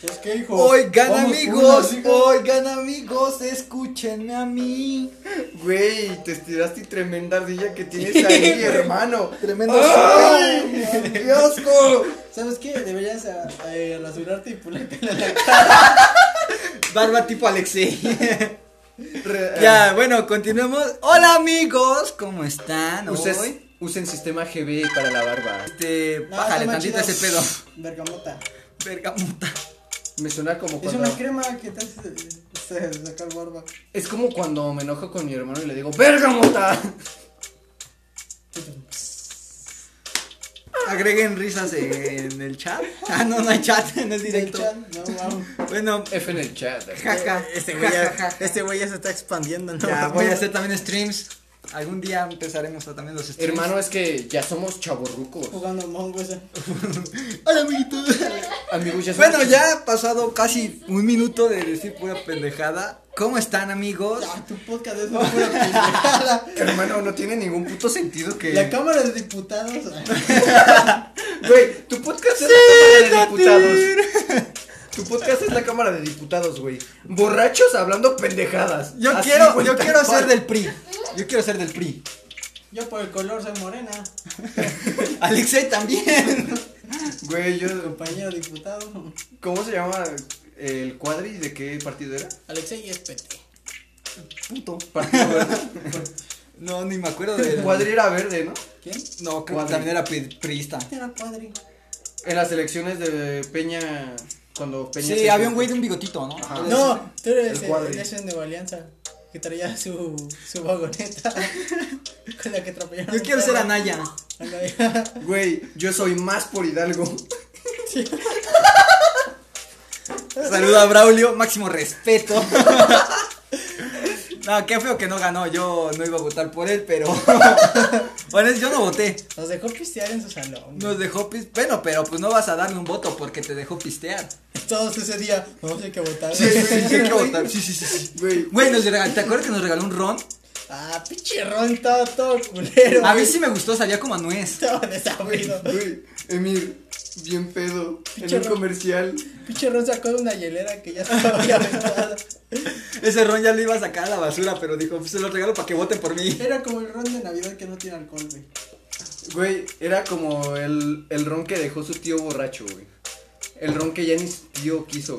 Pues, ¿qué, hijo? Oigan Vamos amigos, por una, hijo. oigan amigos, escúchenme a mí. Güey, te estiraste y tremenda ardilla que tienes ahí, hermano. Tremendo. ¡Ay! ¡Qué asco! ¿Sabes qué? Deberías a, a- rasurarte y pulártela. Barba tipo Alexei. Re- ya, bueno, continuemos. Hola amigos, ¿cómo están? Uses- Hoy, usen sistema GB para la barba. este, No, bájale está más tantito chido. ese pedo. Bergamota. Bergamota. Me suena como Es cuando. una crema que te hace eh, sacar barba. Es como cuando me enojo con mi hermano y le digo, ¡Bergamota! Agreguen risas en el chat. Ah, no, no hay chat, no es ¿El directo. chat? No, vamos. Bueno, F en el chat. jaja. Este güey, ja, ya, ja, ja. este güey ya se está expandiendo, ¿no? Ya, voy a hacer también streams. Algún día empezaremos a también los streams. Hermano, es que ya somos chavorrucos. Jugando mongo ese. Hola, amiguitos. Amigos, ya somos. Bueno, ya ha pasado casi un minuto de decir pura pendejada. ¿Cómo están, amigos? Ah, tu podcast es una pura pendejada. Hermano, no tiene ningún puto sentido que. La Cámara de Diputados. ah, Güey, tu podcast es la Cámara de Diputados. Tu podcast es la Cámara de Diputados, güey. Borrachos hablando pendejadas. Yo Así, quiero, güey, yo tal quiero cual. ser del PRI. Yo quiero ser del PRI. Yo por el color soy morena. Alexei también. Güey, yo. Compañero diputado. ¿Cómo se llama el cuadri? ¿De qué partido era? Alexei es PT. Puto. Partido verde. No, ni me acuerdo El del cuadri era verde, ¿no? ¿Quién? No, creo que Cuadri. también era pri- priista. Este era padre. En las elecciones de Peña. Cuando Peña. Sí, se- había un güey de un bigotito, ¿no? Ajá. No, tú eres El el, cuadri. el ese de Alianza. Que traía su, su vagoneta. con la que atropellaron. Yo quiero ser Anaya. Ándale. Güey, yo soy más por Hidalgo. Saluda a Braulio, máximo respeto. No, qué feo que no ganó. Yo no iba a votar por él, pero. Bueno, yo no voté. Nos dejó pistear en su salón. Nos dejó pis- Bueno, pero pues no vas a darle un voto porque te dejó pistear. Todos ese día. Vamos a ir que votar. hay que votar. Sí, sí, sí, sí. Güey. Güey, nos regaló- ¿te acuerdas que nos regaló un ron? Ah, pinche ron, estaba todo culero. A mí güey. sí me gustó, sabía como a nuez. Estaba desabrido. Güey, Emir, bien pedo. En un Pichero. comercial. Pinche ron sacó de una hielera que ya estaba ya aventada. Ese ron ya lo iba a sacar a la basura, pero dijo, pues se lo regalo para que voten por mí. Era como el ron de Navidad que no tiene alcohol, güey. Güey, era como el, el ron que dejó su tío borracho, güey. El ron que ya ni su tío quiso.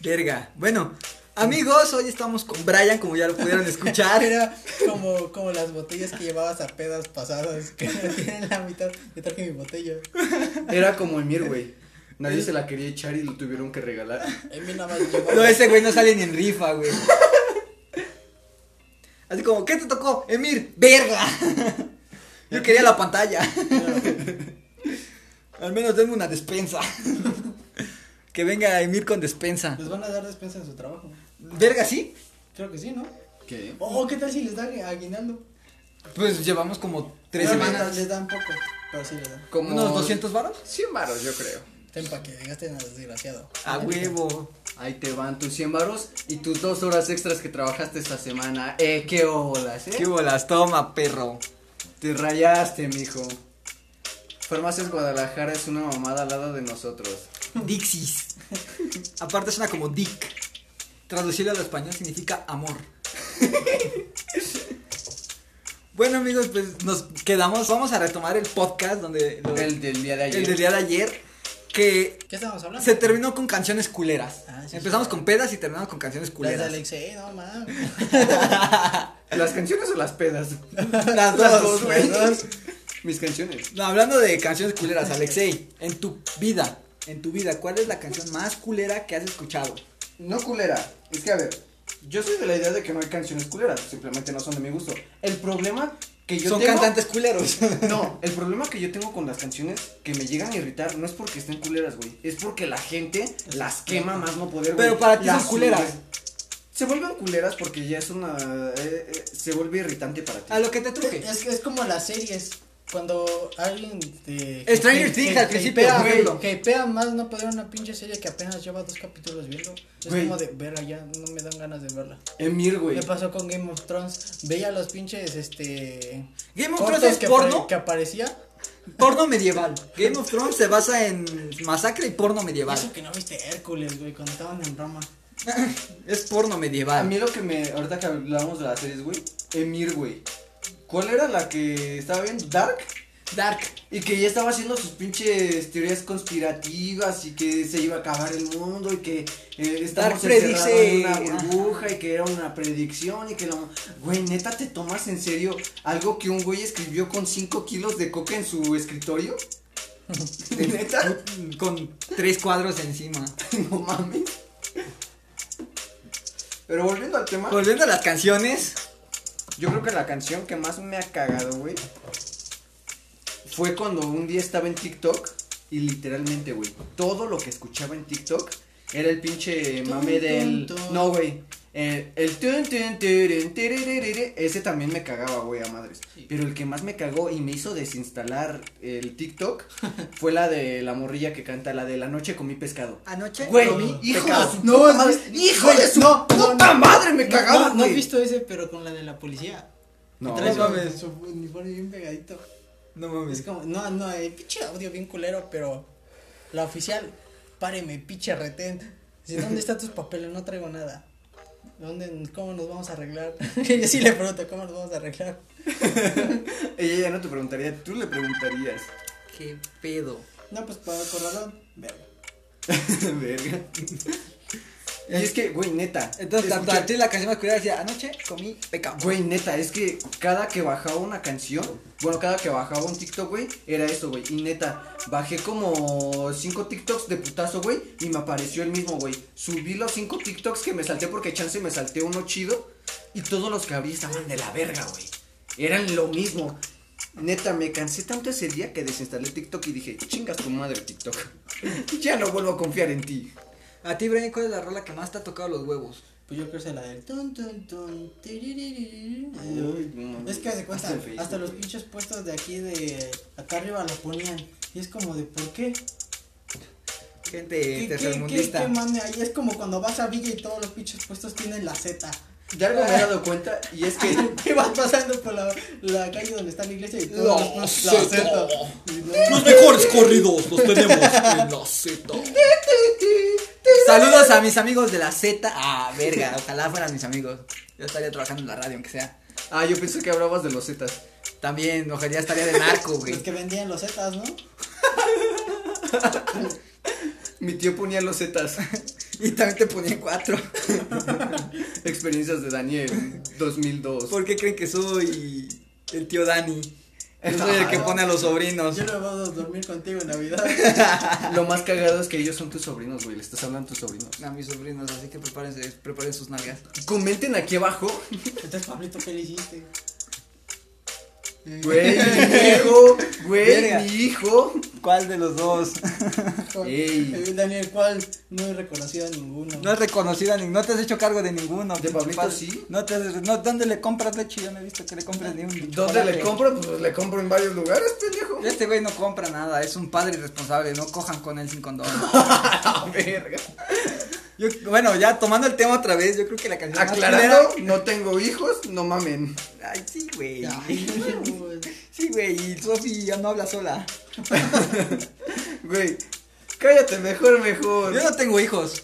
Verga. Bueno, amigos, hoy estamos con Brian, como ya lo pudieron escuchar. Era como, como las botellas que llevabas a pedas pasadas que no tienen la mitad. Yo traje mi botella. Era como Emir, güey. Nadie se la quería echar y lo tuvieron que regalar. En mí nada más llevaba. No, ese güey no sale ni en rifa, güey. Así como, ¿qué te tocó? Emir, verga. Yo quería la pantalla. Al menos denme una despensa. Que venga Emir con despensa. Les van a dar despensa en su trabajo. Verga, sí. Creo que sí, ¿no? ¿Qué? Oh, ¿qué tal si les dan aguinaldo? Pues llevamos como tres Pero les dan- semanas. Les dan poco, pero sí les dan. Como ¿Unos 200 varos? 100 varos, yo creo. Ten pa' que gasten a desgraciado. A huevo. Ahí te van tus 100 varos y tus dos horas extras que trabajaste esta semana. Eh, qué olas, eh. ¿Qué bolas? Toma, perro. Te rayaste, mijo. Farmacias Guadalajara es una mamada al lado de nosotros. Dixis. Aparte suena como dick. Traducirlo al español significa amor. bueno amigos, pues nos quedamos, vamos a retomar el podcast donde lo- El del día de ayer. el del día de ayer que ¿Qué estábamos hablando? se terminó con canciones culeras. Ah, sí, sí. Empezamos con pedas y terminamos con canciones Las de culeras. Alexei, no mames. ¿Las canciones o las pedas? Las Las dos, dos, güey. güey. Mis canciones. No, hablando de canciones culeras, Alexei, en tu vida, en tu vida, ¿cuál es la canción más culera que has escuchado? No culera, es que a ver, yo soy de la idea de que no hay canciones culeras, simplemente no son de mi gusto. El problema que yo Son tengo cantantes culeros. No, el problema que yo tengo con las canciones que me llegan a irritar no es porque estén culeras, güey, es porque la gente las quema más no poder, güey. Pero para ti Las son culeras. sube. Se vuelven culeras porque ya es una eh, eh, se vuelve irritante para ti. A lo que te truje. Es que es como las series. Cuando alguien te. Stranger que- Things que- al que principio, hypea- güey. Que pea más no poder una pinche serie que apenas lleva dos capítulos viendo. Es Güey. como de verla ya, no me dan ganas de verla. Emir, güey. ¿Qué pasó con Game of Thrones? Veía los pinches este. Game of cortos Thrones es que porno. apare- Que aparecía. Porno medieval. Game of Thrones se basa en masacre y porno medieval. Eso que no viste Hércules, güey, cuando estaban en Roma. Es porno A medieval. mí lo que me. Ahorita que hablamos de las series, güey. Emir, güey. ¿Cuál era la que estaba bien? Dark. Dark. Y que ya estaba haciendo sus pinches teorías conspirativas y que se iba a acabar el mundo y que eh, estamos encerrados predice- en una burbuja y que era una predicción y que la... Güey, ¿neta te tomas en serio algo que un güey escribió con 5 kilos de coca en su escritorio? ¿De neta? Con tres cuadros encima. No mames. Pero volviendo al tema, Volviendo a las canciones. yo creo que la canción que más me ha cagado, güey, fue cuando un día estaba en TikTok y literalmente, güey, todo lo que escuchaba en TikTok era el pinche Tun, mame tun, del... tun. No, güey. El, el tun, tun, turun, tiririririr, ese también me cagaba, güey, a madres. Sí. Pero el que más me cagó y me hizo desinstalar el TikTok fue la de la morrilla que canta, la de la noche comí pescado. Anoche. Güey, comí hijo de pecado. su No, puta no, madre, no, hijo de su no, no, puta no. madre, me cagaba, No, no he güey. visto ese, pero con la de la policía. No, Trae su- mames. su uniforme bien pegadito. No Es mames. como, no, no, eh, pinche audio bien culero, pero la oficial, páreme, pinche retén. Dice, ¿dónde están tus papeles? No traigo nada. ¿Dónde, cómo nos vamos a arreglar? Yo sí le pregunto, ¿cómo nos vamos a arreglar? Ella ya no te preguntaría, tú le preguntarías. Qué pedo. No, pues para el corralón. Verga. Verga. Y es que, güey, neta. Entonces, escucha- la, la canción más curiosa decía, anoche comí pecado. Güey, neta, es que cada que bajaba una canción, bueno, cada que bajaba un TikTok, güey, era eso, güey. Y neta, bajé como cinco TikToks de putazo, güey, y me apareció el mismo, güey. Subí los cinco TikToks que me salté porque chance me salté uno chido. Y todos los que abrí estaban de la verga, güey. Eran lo mismo. Neta, me cansé tanto ese día que desinstalé TikTok y dije, chingas tu madre, TikTok. ya no vuelvo a confiar en ti. A ti, Brian, ¿cuál es la rola que más te ha tocado los huevos? Pues yo creo que es la del tun, tun, tun, tiririririr. Uy, no mames. Es que se cuenta, Hasta en hasta, Facebook, los güey. pinches puestos de aquí de acá arriba lo ponían. Y es como de, ¿por qué? Gente ¿Qué, qué, qué, eh, tercermundista. qué mame ahí? Es como cuando vas a Villa y todos los pinches puestos tienen la Z. De algo me he dado cuenta y es que Que vas pasando por la, la calle donde está la iglesia y La todo. Zeta. No, mejores corridos los tenemos en la Z. Saludos a mis amigos de la Z. Ah, verga, ojalá fueran mis amigos. Yo estaría trabajando en la radio, aunque sea. Ah, yo pensé que hablabas de los Zetas. También, ojalá ya estaría de narco, Los güey. que vendían los Zetas, ¿no? Mi tío ponía los Zetas. Y también te ponía cuatro. Experiencias de Daniel 2002. ¿Por qué creen que soy el tío Dani? Yo soy el que pone a los sobrinos. Yo no puedo dormir contigo en Navidad. Lo más cagado es que ellos son tus sobrinos, güey. Le estás hablando a tus sobrinos. A mis sobrinos, así que prepárense, preparen sus nalgas. Comenten aquí abajo. Entonces, Pablito, ¿qué le hiciste? Güey, mi hijo. Güey, Verga. mi hijo. ¿Cuál de los dos? Ey. Eh, Daniel, ¿cuál? No he reconocido a ninguno. No has reconocido a ninguno, no te has hecho cargo de ninguno. De Pablito Pablo. sí. No te has- no, ¿Dónde le compras leche? Yo no he visto que le compres ni un ¿Dónde chocolate. le compro? Pues le compro en varios lugares, pendejo. Este güey no compra nada, es un padre irresponsable, no cojan con él sin condón. A verga. Yo, bueno, ya tomando el tema otra vez, yo creo que la canción más Aclarando, no tengo hijos, no mamen. culera- Ay, sí, güey. Ay, güey. Sí, güey, y Sofi ya no habla sola. Güey, cállate, mejor, mejor. Yo no tengo hijos,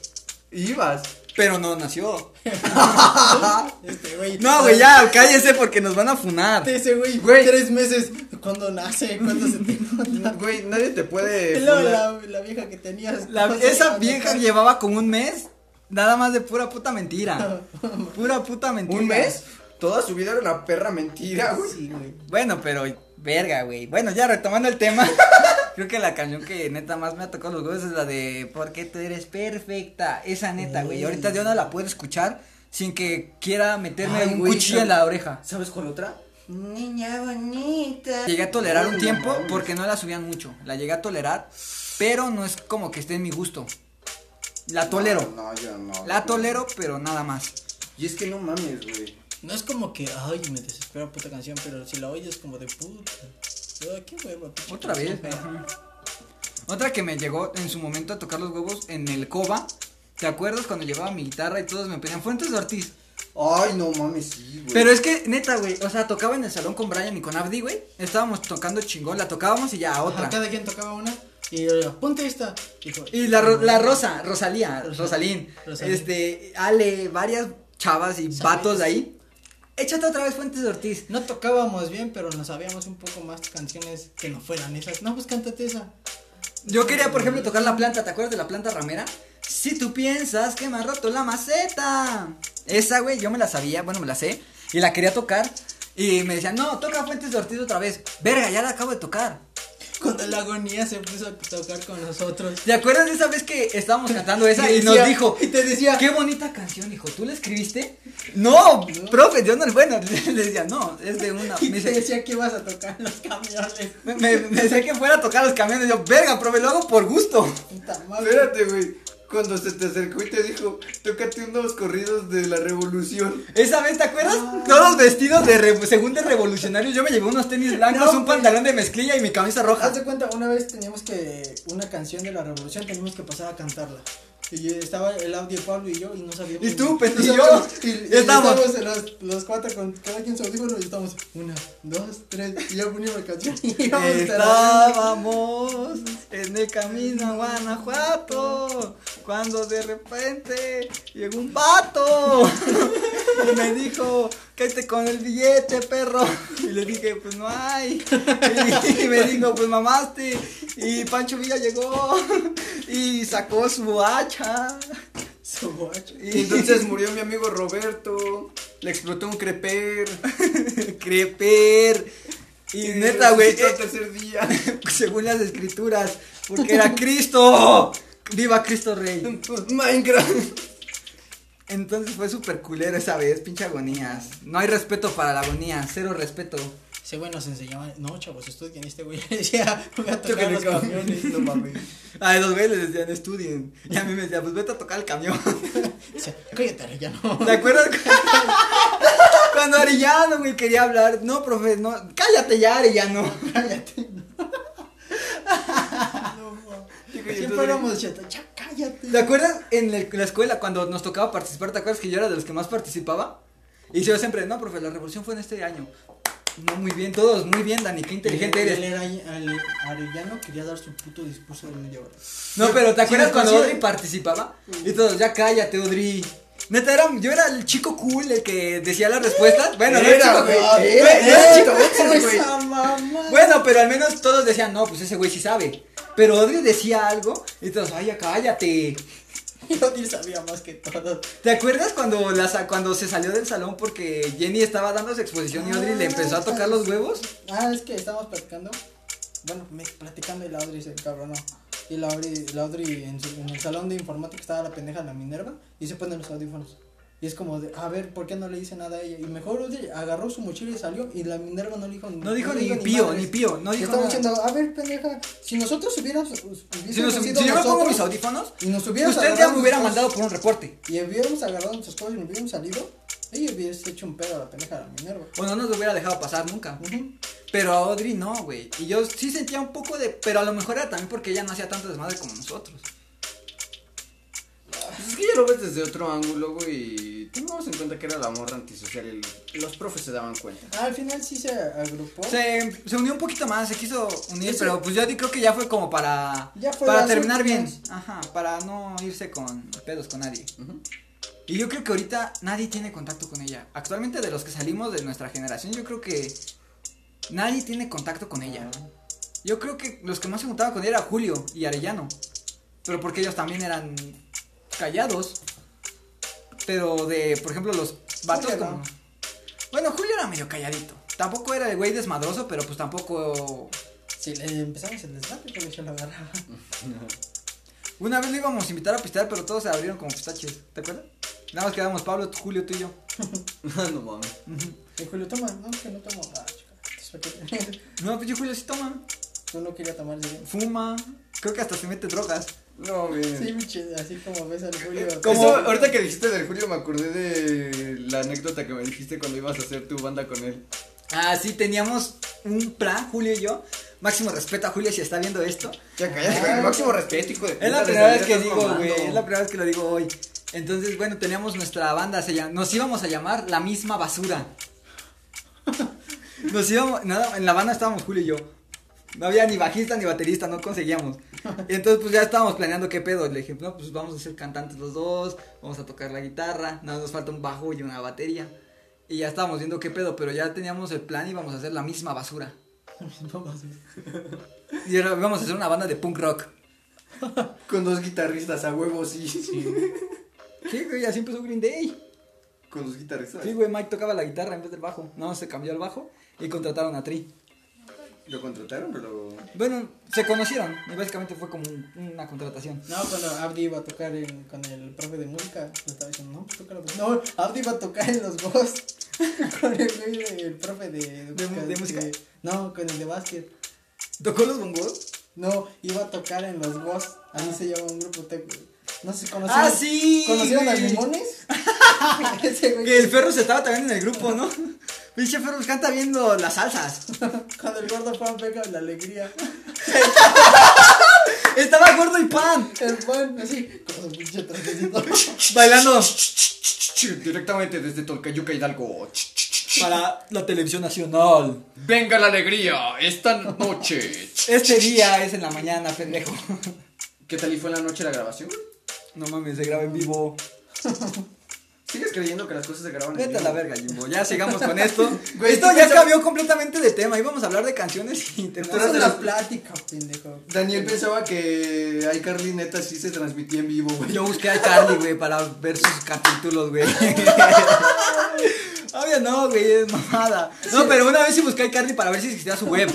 Ibas. pero no nació. Este güey. Este, No, güey, ya, cállese porque nos van a funar. Ese güey, Güey. tres meses. ¿Cuándo nace? ¿Cuándo se te Güey, nadie te puede. Y luego poner- la, la vieja que tenías. La- ¿cómo se esa llama? vieja llevaba como un mes, nada más de pura puta mentira. Pura puta mentira. ¿Un mes? Toda su vida era una perra mentira, güey. Sí, güey. Bueno, pero verga, güey. Bueno, ya retomando el tema. creo que la canción que neta más me ha tocado los huevos es la de Porque tú eres perfecta. Esa neta, güey. Uy. Ahorita yo no la puedo escuchar sin que quiera meterme Ay, un güey, cuchillo en ¿sabes? la oreja. ¿Sabes cuál otra? Niña bonita. Llegué a tolerar un Ay, tiempo no mames. porque no la subían mucho. La llegué a tolerar, pero no es como que esté en mi gusto. La tolero. No, yo no. La tolero, pero nada más. Y es que no mames, güey. No es como que, ay, me desespera puta canción, pero si la oyes como de puta. Ay, qué huevo. pinche Otra vez. canción fea. Otra que me llegó en su momento a tocar los huevos en el Coba. ¿Te acuerdas cuando llevaba mi guitarra y todos me pedían Fuentes de Ortiz? Ay, no mames, sí, güey. Pero es que, neta, güey, o sea, tocaba en el salón con Brian y con Abdi, güey. Estábamos tocando chingón, la tocábamos y ya a otra. Ajá, cada quien tocaba una y yo le digo, ponte esta. Dijo, Y la, ro- la Rosa, Rosalía, Rosa- Rosalín, Rosalín. este, Ale, varias chavas y vatos de ahí. Échate otra vez Fuentes de Ortiz. No tocábamos bien, pero nos sabíamos un poco más canciones que no fueran esas. No, pues cántate esa. Yo quería, por ejemplo, tocar la planta, ¿te acuerdas de la planta ramera? Si tú piensas que me ha roto la maceta. Esa, güey, yo me la sabía, bueno, me la sé. Y la quería tocar. Y me decían, no, toca Fuentes de Ortiz otra vez. Verga, ya la acabo de tocar. Cuando la agonía se puso a tocar con nosotros. ¿Te acuerdas de esa vez que estábamos cantando esa Te y nos decía- dijo, y te decía- qué bonita canción, hijo, ¿tú la escribiste? No, profe, yo no, bueno, le decía, no, es de una, Y me te dice, decía que ibas a tocar en los camiones. me, me- me decía que fuera a tocar los camiones, yo, verga, profe, lo hago por gusto. Puta madre. Espérate, güey. Cuando se te acercó y te dijo, tócate unos corridos de la revolución. Esa vez, ¿te acuerdas? Todos vestidos de, re- según de revolucionarios, yo me llevé unos tenis blancos, No, un güey. pantalón de mezclilla y mi camisa roja. Haz de cuenta, una vez teníamos que una canción de la revolución, teníamos que pasar a cantarla. Y yo- estaba el audio Pablo y yo y no sabíamos. Y tú, pendejo, no y yo. sabíamos, y- y Estábamos. estábamos en los, los cuatro con cada quien su audífono y estábamos una, dos, tres. Y yo ponía la canción y íbamos a Estábamos en el camino a Guanajuato cuando de repente llegó un vato y me dijo, cállate con el billete, perro. Y le dije, pues no hay. Y me dijo, pues mamaste. Y Pancho Villa llegó y sacó su hacha. Su guacho. Y entonces murió mi amigo Roberto. Le explotó un creper. Creper. Y neta, güey. resucitó eh, al tercer día. según las escrituras, porque era Cristo. ¡Viva Cristo Rey! Minecraft. Entonces fue súper culero esa vez, pinche agonías. No hay respeto para la agonía, cero respeto. Ese güey nos enseñaba, no chavos, estudien este güey. le Decía, voy a tocar Tócale los camiones. camiones. No mames. A esos güeyes les decían, estudien. Y a mí me decían, pues vete a tocar el camión. Decía, cállate, Arellano. ¿Te acuerdas? Cuando Arellano, güey, quería hablar. No, profe, no. Cállate ya, Arellano. Cállate. No, no. Digo, y Siempre entonces- éramos chato, ya cállate. ¿Te acuerdas en el- la escuela cuando nos tocaba participar? ¿Te acuerdas que yo era de los que más participaba? Y yo siempre, no, profe, la revolución fue en este año. No, muy bien, todos, muy bien, Dani, qué inteligente Y él- eres. y él era Ale- Arellano quería dar su puto discurso de media hora. No, pero ¿te acuerdas Sí, cuando sí. Odri participaba? Mm. Y todos, ya cállate, Odri. Neta, era, yo era el chico cool, el que decía las respuestas. Bueno, no Era, chico, güey, güey, era, no era, chico, era, güey. Esa mamá. Bueno, pero al menos todos decían, no, pues ese güey sí sabe. Pero Odri decía algo y todos, ay, ya cállate. Yo ni sabía más que todo. ¿Te acuerdas cuando, la sa- cuando se salió del salón porque Jenny estaba dando su exposición y Audrey le empezó a tocar los huevos? Ah, es que estábamos platicando. Bueno, me platicando y la Audrey se cabronó. Y la Audrey, la Audrey en, su- en el salón de informática estaba la pendeja la Minerva y se pone los audífonos. Y es como de, a ver, ¿por qué no le dice nada a ella? Y mejor Audrey agarró su mochila y salió y la Minerva no le dijo No dijo ni pío, ni pío, no No dijo dijo madres. Le estaba nada. diciendo, a ver, pendeja, si nosotros hubiéramos. hubiésemos Si, nos- sido si yo me pongo nosotros, mis audífonos, y nos hubiéramos usted ya agarrado me hubiera nuestros- mandado por un reporte. Y hubiéramos agarrado nuestros cosas y nos hubiéramos salido, ella hubiese hecho un pedo a la pendeja de la Minerva. O no nos lo hubiera dejado pasar nunca. Ujú. Pero a Audrey no, güey. Y yo sí sentía un poco de. Pero a lo mejor era también porque ella no hacía tanto desmadre como nosotros. Pues es que ya lo ves desde otro ángulo, güey. y Tengamos en cuenta que era la morra antisocial y los profes se daban cuenta. Ah, al final sí se agrupó. Se, se unió un poquito más, se quiso unir, Ese- pero pues yo di- creo que ya fue como para. Ya fue para las terminar bien. últimas. Ajá, para no irse con pedos con nadie. Y yo creo que ahorita nadie tiene contacto con ella. Actualmente de los que salimos de nuestra generación, yo creo que nadie tiene contacto con ella. Ah. Yo creo que los que más se juntaban con ella era Julio y Arellano. Pero porque ellos también eran callados. Pero de, por ejemplo, los vatos Julio como- no. Bueno, Julio era medio calladito. Tampoco era el güey desmadroso, pero pues tampoco... Sí, le empezamos el desmadre, pero yo lo agarraba. Una vez le íbamos a invitar a pistear, pero todos se abrieron como pistaches. ¿Te acuerdas? Nada más quedamos Pablo, tú, Julio, tú y yo. Ah, no mames. Y Julio, toma, no, que no tomo. Ah, chica, entonces, ¿para qué? No, pues yo Julio sí toma. Yo no quería tomar yo. fuma, creo que hasta se mete drogas. No, güey. Sí, biche, así como ves al Julio. Como Eso- ahorita que dijiste del Julio me acordé de la anécdota que me dijiste cuando ibas a hacer tu banda con él. Ah, sí, teníamos un plan, Julio y yo. Máximo respeto a Julio si está viendo esto. Ya cállate, güey, máximo respeto, hijo de Es la primera vez que digo, güey, es la primera vez que lo digo hoy. Entonces, bueno, teníamos nuestra banda, se llam- nos íbamos a llamar La Misma Basura. Nos íbamos, nada, en la banda estábamos Julio y yo. No había ni bajista ni baterista, no conseguíamos. Y entonces, pues ya estábamos planeando qué pedo. Le dije, no, pues vamos a ser cantantes los dos, vamos a tocar la guitarra, nada, nos falta un bajo y una batería. Y ya estábamos viendo qué pedo, pero ya teníamos el plan y íbamos a hacer la misma basura. Y ahora íbamos a hacer una banda de punk rock. Con dos guitarristas a huevos y. Sí, güey, así empezó Green Day. Con dos guitarristas. Sí, güey, Mike tocaba la guitarra en vez del bajo. No, se cambió al bajo y contrataron a Tri. ¿Lo contrataron o lo.? Bueno, se conocieron y básicamente fue como un- una contratación. No, cuando Abdi iba a tocar en- con el profe de música, le estaba diciendo, no, pues toca la batería. No, Abdi iba a tocar en los boss con el, güey del profe de, De mu- de música. que- no, con el de básquet. ¿Tocó los bongos? No, iba a tocar en los boss. Ahí se llama un grupo tech. No sé, conocieron. ¡Ah, sí! ¿Conocieron a güey. Limones? Ese güey. Que el Ferros estaba también en el grupo, ¿no? Pinche Ferros canta viendo las salsas. Cuando el gordo Juan pega la alegría. Estaba gordo y pan. El Juan, así, con su pinche trajecito. Bailando Directamente desde Tolcayuca Hidalgo. para la televisión nacional. Venga la alegría esta noche. Este día es en la mañana, pendejo. ¿Qué tal y fue en la noche la grabación? No mames, se graba en vivo. ¿Sigues creyendo que las cosas se graban? en Vete a vivo? la verga, Jimbo. Ya sigamos con esto. Güey, esto tú ya pensabas- cambió completamente de tema. Íbamos a hablar de canciones y No es terminamos. una plática, pendejo. Daniel pensaba que iCarly neta sí se transmitía en vivo, güey. Yo busqué a Carly, güey, para ver sus capítulos, güey. Obvio no, güey, es mamada. No, pero una vez sí busqué a Carly para ver si existía su web.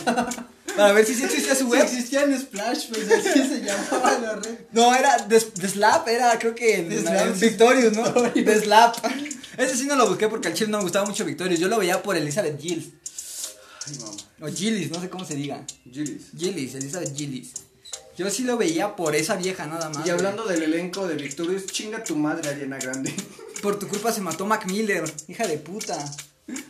Para ver si sí existía su Si web. existía en Splash, pues así se llamaba la red. No, era de, de Slap, era creo que en, De Slap, en sí. Victorious, ¿no? De Slap. Ese sí no lo busqué porque al chip no me gustaba mucho Victorious. Yo lo veía por Elizabeth Gills. Ay, mamá. O Gillis, no sé cómo se diga. Julis. Gillis, Elizabeth Gillis. Yo sí lo veía por esa vieja nada más. Y güey. hablando del elenco de Victorious, chinga tu madre, Ariana Grande. Por tu culpa se mató Mac Miller, hija de puta.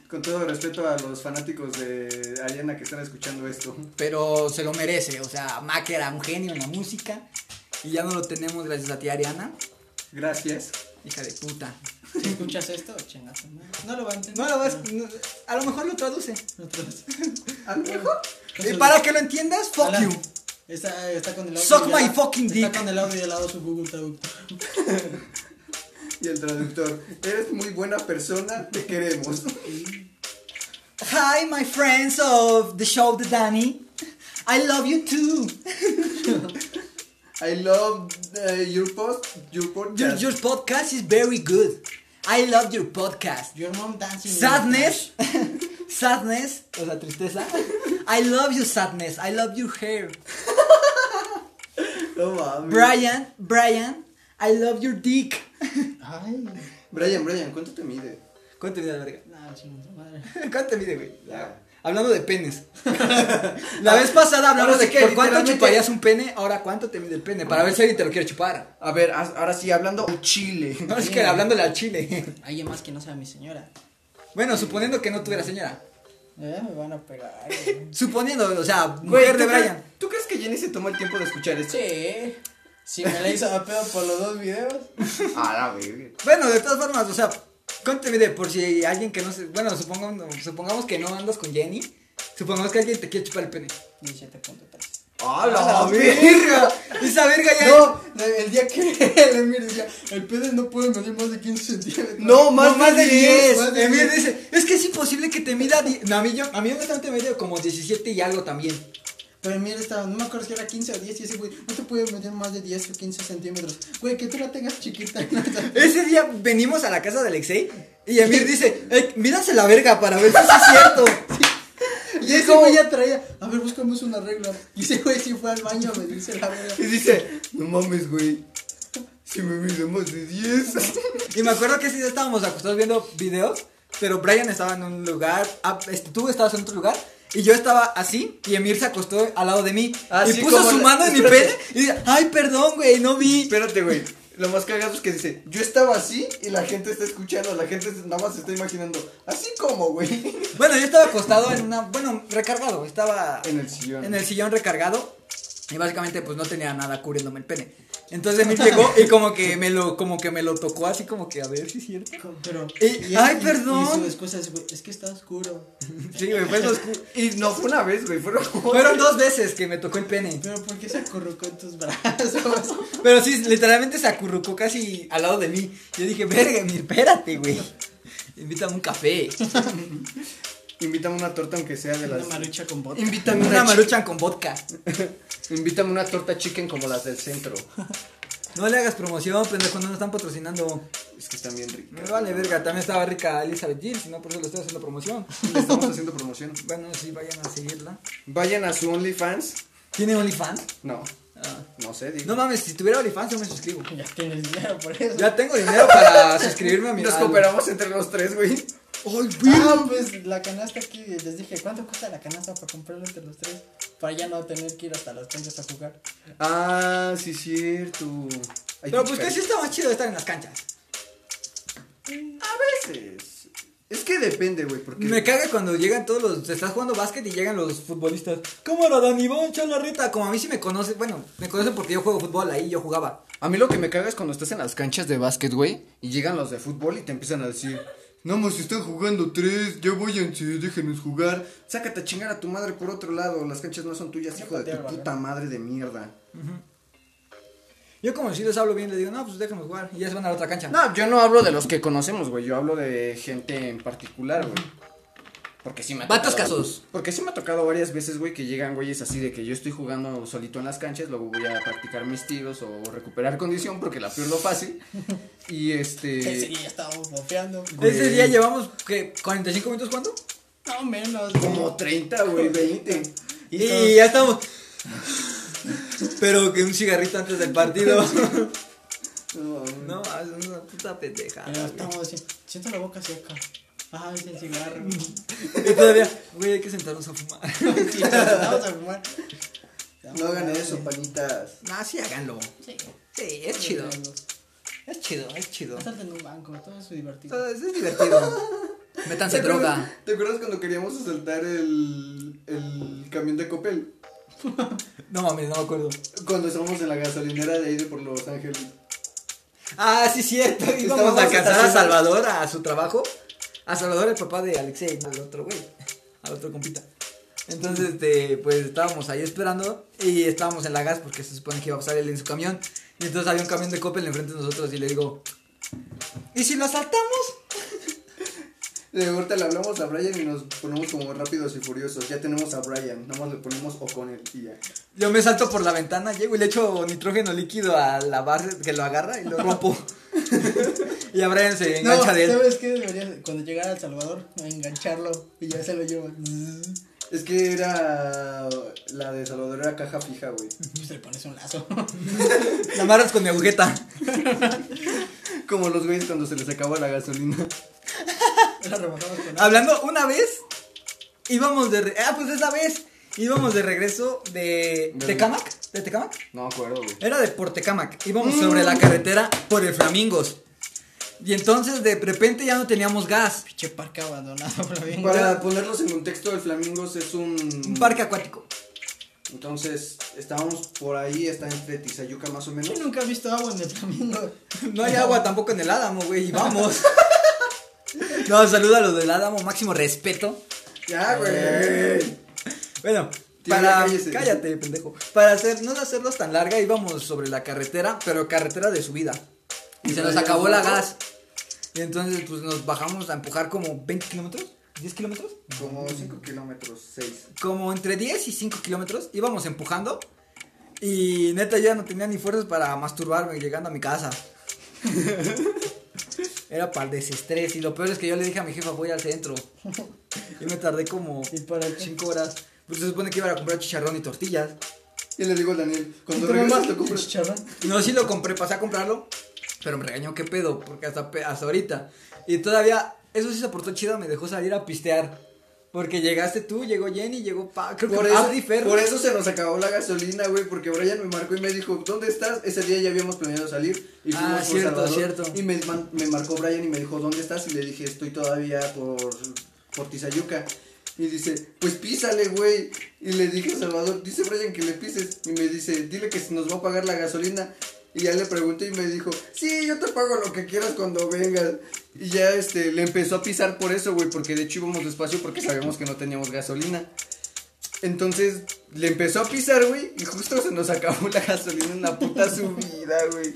Con todo respeto a los fanáticos de Ariana que están escuchando esto. pero se lo merece. O sea, Mac era un genio en la música y ya no lo tenemos gracias a ti, Ariana, Gracias. hija de puta. Si escuchas esto, chingaste. No lo va a entender. No lo vas, no, a lo mejor lo traduce. Otros. A lo mejor. Y para que lo entiendas, fuck Hola. you. Está, está con el audio. Suck de my lado- fucking dick. Está con el audio de lado su Google Traductor. Y el traductor, eres muy buena persona, te queremos. Hi, my friends of the show, The Danny. I love you too. I love eh, your post, your Your, podcast. your podcast is very good. I love your podcast. Your mom dancing. Sadness. Sadness. O sea, tristeza. I love you, sadness. I love your hair. No mames. Brian, Brian, I love your dick. Ay. Brian, Brian, ¿cuánto te mide? ¿Cuánto mide la verga? Nah, chingada madre. ¿Cuánto mide, güey? Ya. Hablando de penes. la vez pasada hablamos Ahora de sí que que por cuánto literalmente- chuparías un pene, ahora cuánto te mide el pene, para ver si alguien te lo quiere chupar. A ver, as- ahora sí, hablando un chile. No, es que hablándole al chile. Alguien más que no sea mi señora. Bueno, suponiendo que no tuviera señora. Eh, me van a pegar. güey. Suponiendo, o sea, Güey, mujer de ¿tú crees- Brian. ¿Tú crees que Jenny se toma el tiempo de escuchar esto? Sí. Si me la hizo a pedo por los dos videos. A la verga. Bueno, de todas formas, o sea, cuánto te mide por si alguien que no se. Bueno, supongamos, supongamos que no andas con Jenny. Supongamos que alguien te quiere chupar el pene. 17.3. A ¡A la verga! Esa verga ya. No, el día que el Emir decía, el pene no puede medir más de 15 centímetros. No, más de 10, más de Emir 10. dice, es que es imposible que te mida. die-". No, a mí, yo, a mí honestamente me dio como 17 y algo también. Pero el Emir estaba, no me acuerdo si era 15 o 10, y ese güey, no te puede medir más de 10 o 15 centímetros. Güey, que tú la tengas chiquita. Ese día venimos a la casa de Alexei y Emir dice, "Ey, mídase la verga para ver si sí es cierto. y ese güey ya traía, a ver, buscamos una regla. Y ese güey sí fue al baño, me dice la verga. Y dice, no mames, güey. Si me mide más de 10. Y me acuerdo que ese día estábamos acostados viendo videos, pero Brian estaba en un lugar, ah, este, tú estabas en otro lugar. Y yo estaba así, y Emir se acostó al lado de mí. Así y puso Ah, como su la- mano en mi pene. Y dice, ay, perdón, güey, no vi. Espérate, güey. Lo más cagado es que dice, yo estaba así y la gente está escuchando, la gente nada más se está imaginando. Así como, güey. Bueno, yo estaba acostado en una. Bueno, recargado. Estaba. En el sillón. En el sillón recargado. Y básicamente, pues no tenía nada cubriéndome el pene. Entonces Emil llegó y como que me lo, como que me lo tocó así como que a ver si es cierto. Co- Pero. Eh, y- ay, y- perdón. Y su excusa es, güey, es que está oscuro. Sí, güey, fue esos cu- Y no fue una vez, güey, fueron Fueron dos veces que me tocó el pene. Pero ¿por qué se acurrucó en tus brazos? Pero sí, literalmente se acurrucó casi al lado de mí. Yo dije, verga, Emil, espérate, güey. Invítame un café. Invítame una torta aunque sea de Una las. marucha con bota. Invítame una, Una chi- maruchan con vodka. Invítame una torta chicken como las del centro. No le hagas promoción, pendejo, no nos están patrocinando. Es que están bien Me ricas. vale, verga, también estaba rica Elizabeth Jill, si no por eso le estoy haciendo promoción. Le estamos haciendo promoción. Bueno, sí, vayan a seguirla. Vayan a su OnlyFans. ¿Tiene OnlyFans? No, Ah. no sé, No digo. mames, si tuviera OnlyFans yo me suscribo. Ya tienes dinero por eso. Ya tengo dinero para suscribirme a mi Nos al- cooperamos entre los tres, güey. ¡Ay, Ah, pues la canasta aquí, les dije, ¿cuánto cuesta la canasta para comprarlo entre los tres? Para ya no tener que ir hasta las canchas a jugar. Ah, sí, cierto. Ay, Pero pues que caray. sí está más chido estar en las canchas. A veces. Es que depende, güey, porque. Me caga cuando llegan todos los. te Estás jugando básquet y llegan los futbolistas. Cámara, Dani, Iván, Chalarreta. Como a mí sí me conocen. Bueno, me conocen porque yo juego fútbol, ahí yo jugaba. A mí lo que me caga es cuando estás en las canchas de básquet, güey, y llegan los de fútbol y te empiezan a decir, no, más están jugando tres, ya váyanse, déjenos jugar. Sácate a chingar a tu madre por otro lado, las canchas no son tuyas, Yo hijo de pateaba, tu ¿verdad? puta madre de mierda. Yo, como si les hablo bien, les digo, no, pues déjanos jugar. Y ya se van a la otra cancha. No, yo no hablo de los que conocemos, güey, yo hablo de gente en particular, güey. Porque sí me ha Vatos tocado- casos. Porque sí me ha tocado varias veces, güey, que llegan güeyes así de que yo estoy jugando solito en las canchas, luego voy a practicar mis tiros o recuperar condición porque la pierdo fácil. Y Ese este... día estábamos bofeando. güey. Ese día llevamos, ¿qué? ¿45 minutos jugando? No menos. Como 30, güey, 20. Y, ya estamos. Pero que un cigarrito antes del partido. no, es una puta pendeja. Pero estamos así, siento la boca seca. Ah, es el cigarro. Y todavía, güey, hay que sentarnos a fumar. Sí, vamos a fumar. No hagan eso, panitas. No, sí, háganlo. Sí. Sí, es chido. Es chido, es chido. Bastante en un banco, todo es divertido. Todo Es es divertido. Métanse droga. ¿Te acuerdas cuando queríamos asaltar el, el camión de Coppel? No mames, no me acuerdo. Cuando estábamos en la gasolinera de ahí de por Los Ángeles. Ah, sí, cierto. Íbamos Estábamos a casar a haciendo- Salvador a su trabajo. A Salvador, el papá de Alexei, al otro güey. Al otro compita. Entonces, este, pues estábamos ahí esperando y estábamos en la gas porque se supone que iba a pasar él en su camión. Y entonces había un camión de Coppel enfrente de nosotros y le digo, ¿y si lo asaltamos? De ahorita le hablamos a Brian y nos ponemos como rápidos y furiosos. Ya tenemos a Brian, nomás le ponemos O'Connell y ya. Yo me salto por la ventana, llego y le echo nitrógeno líquido a la barra que lo agarra y lo rompo. y a Brian se engancha no, de él. ¿sabes qué? Debería, cuando llegara a El Salvador, engancharlo y ya se lo lleva. Pues Es que era. La de Salvador era caja fija, güey. le pones un lazo. La amarras con mi agujeta. Como los güeyes cuando se les acaba la gasolina. lo rebajamos con agua. Hablando una vez, íbamos de. re- Ah, pues esa vez. Íbamos de regreso de. De- ¿Tecamac? ¿De Tecamac? No me acuerdo, güey. Era de por Tecamac. Íbamos sobre la carretera por el Flamingos. Y entonces de repente ya no teníamos gas. Pinche parque abandonado, pero bien. Para ponerlos en contexto, el Flamingos es un. Un parque acuático. Entonces, estábamos por ahí, está entre Tizayuca más o menos. Yo nunca he visto agua en el flamingo. No hay agua tampoco en el Álamo, güey. Y vamos. No, saluda a los del Álamo, máximo respeto. Ya, güey. Bueno, Tío, para. ya cállese. Cállate, pendejo. Para hacer, no hacerlos tan larga, íbamos sobre la carretera, pero carretera de subida. Y ¿Y se nos traías acabó la moto? gas. Y entonces, pues nos bajamos a empujar como 20 kilómetros, 10 kilómetros. Como 5 kilómetros, 6. Como entre 10 y 5 kilómetros íbamos empujando. Y neta, yo ya no tenía ni fuerzas para masturbarme llegando a mi casa. Era para el desestrés. Y lo peor es que yo le dije a mi jefa, voy al centro. Y me tardé como Y para el chico. 5 horas. Pues se supone que iba a comprar chicharrón y tortillas. Y le digo a Daniel, cuando ¿Tu mamá regresas lo tu compras. chicharrón? No, sí lo compré, pasé a comprarlo, pero me regañó qué pedo, porque hasta, pe- hasta ahorita. Y todavía, eso sí se portó chido, me dejó salir a pistear. Porque llegaste tú, llegó Jenny, llegó Pa, creo Por que eso, Abdi Ferro. por eso se nos acabó la gasolina, güey, porque Brian me marcó y me dijo, ¿dónde estás? Ese día ya habíamos planeado salir. Y Ah, fuimos por cierto, Salvador. cierto. Y me, man- me marcó Brian y me dijo, ¿dónde estás? Y le dije, estoy todavía por, por Tizayuca. Y dice, pues písale, güey. Y le dije a Salvador, dice Brian que le pises. Y me dice, dile que se nos va a pagar la gasolina. Y Y ya le pregunté y me dijo, sí, yo te pago lo que quieras cuando vengas. Y ya este, le empezó a pisar por eso, güey, porque de hecho íbamos despacio porque sabíamos que no teníamos gasolina. Entonces le empezó a pisar, güey, y justo se nos acabó la gasolina en la puta subida, güey.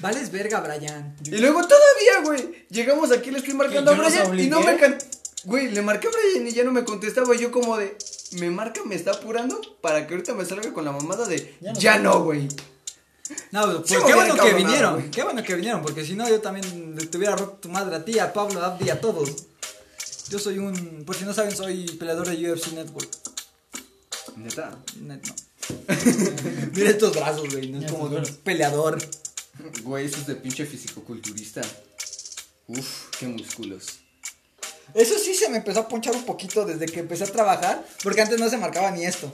Vales verga, Brian. Y luego todavía, güey, llegamos aquí, le estoy marcando a yo los Brian y no obligué? me can... Güey, le marqué a Brian y ya no me contestaba. y Yo como de, me marca, me está apurando para que ahorita me salga con la mamada de, Ya no ya sé". no, güey. No, pero pues, Sí, me qué bueno hubiera que encabronado, vinieron. güey. Qué bueno que vinieron, porque si no, yo también le tuviera roto tu madre a ti, a Pablo, a Abdi, a todos. Yo soy un. Por si no saben, soy peleador de UFC Network. Neta, Net, no. Mira estos brazos, güey. No es Mira como de estos un peleador. güey, eso es de pinche fisicoculturista. Uf, qué músculos. Eso sí se me empezó a ponchar un poquito desde que empecé a trabajar, porque antes no se marcaba ni esto.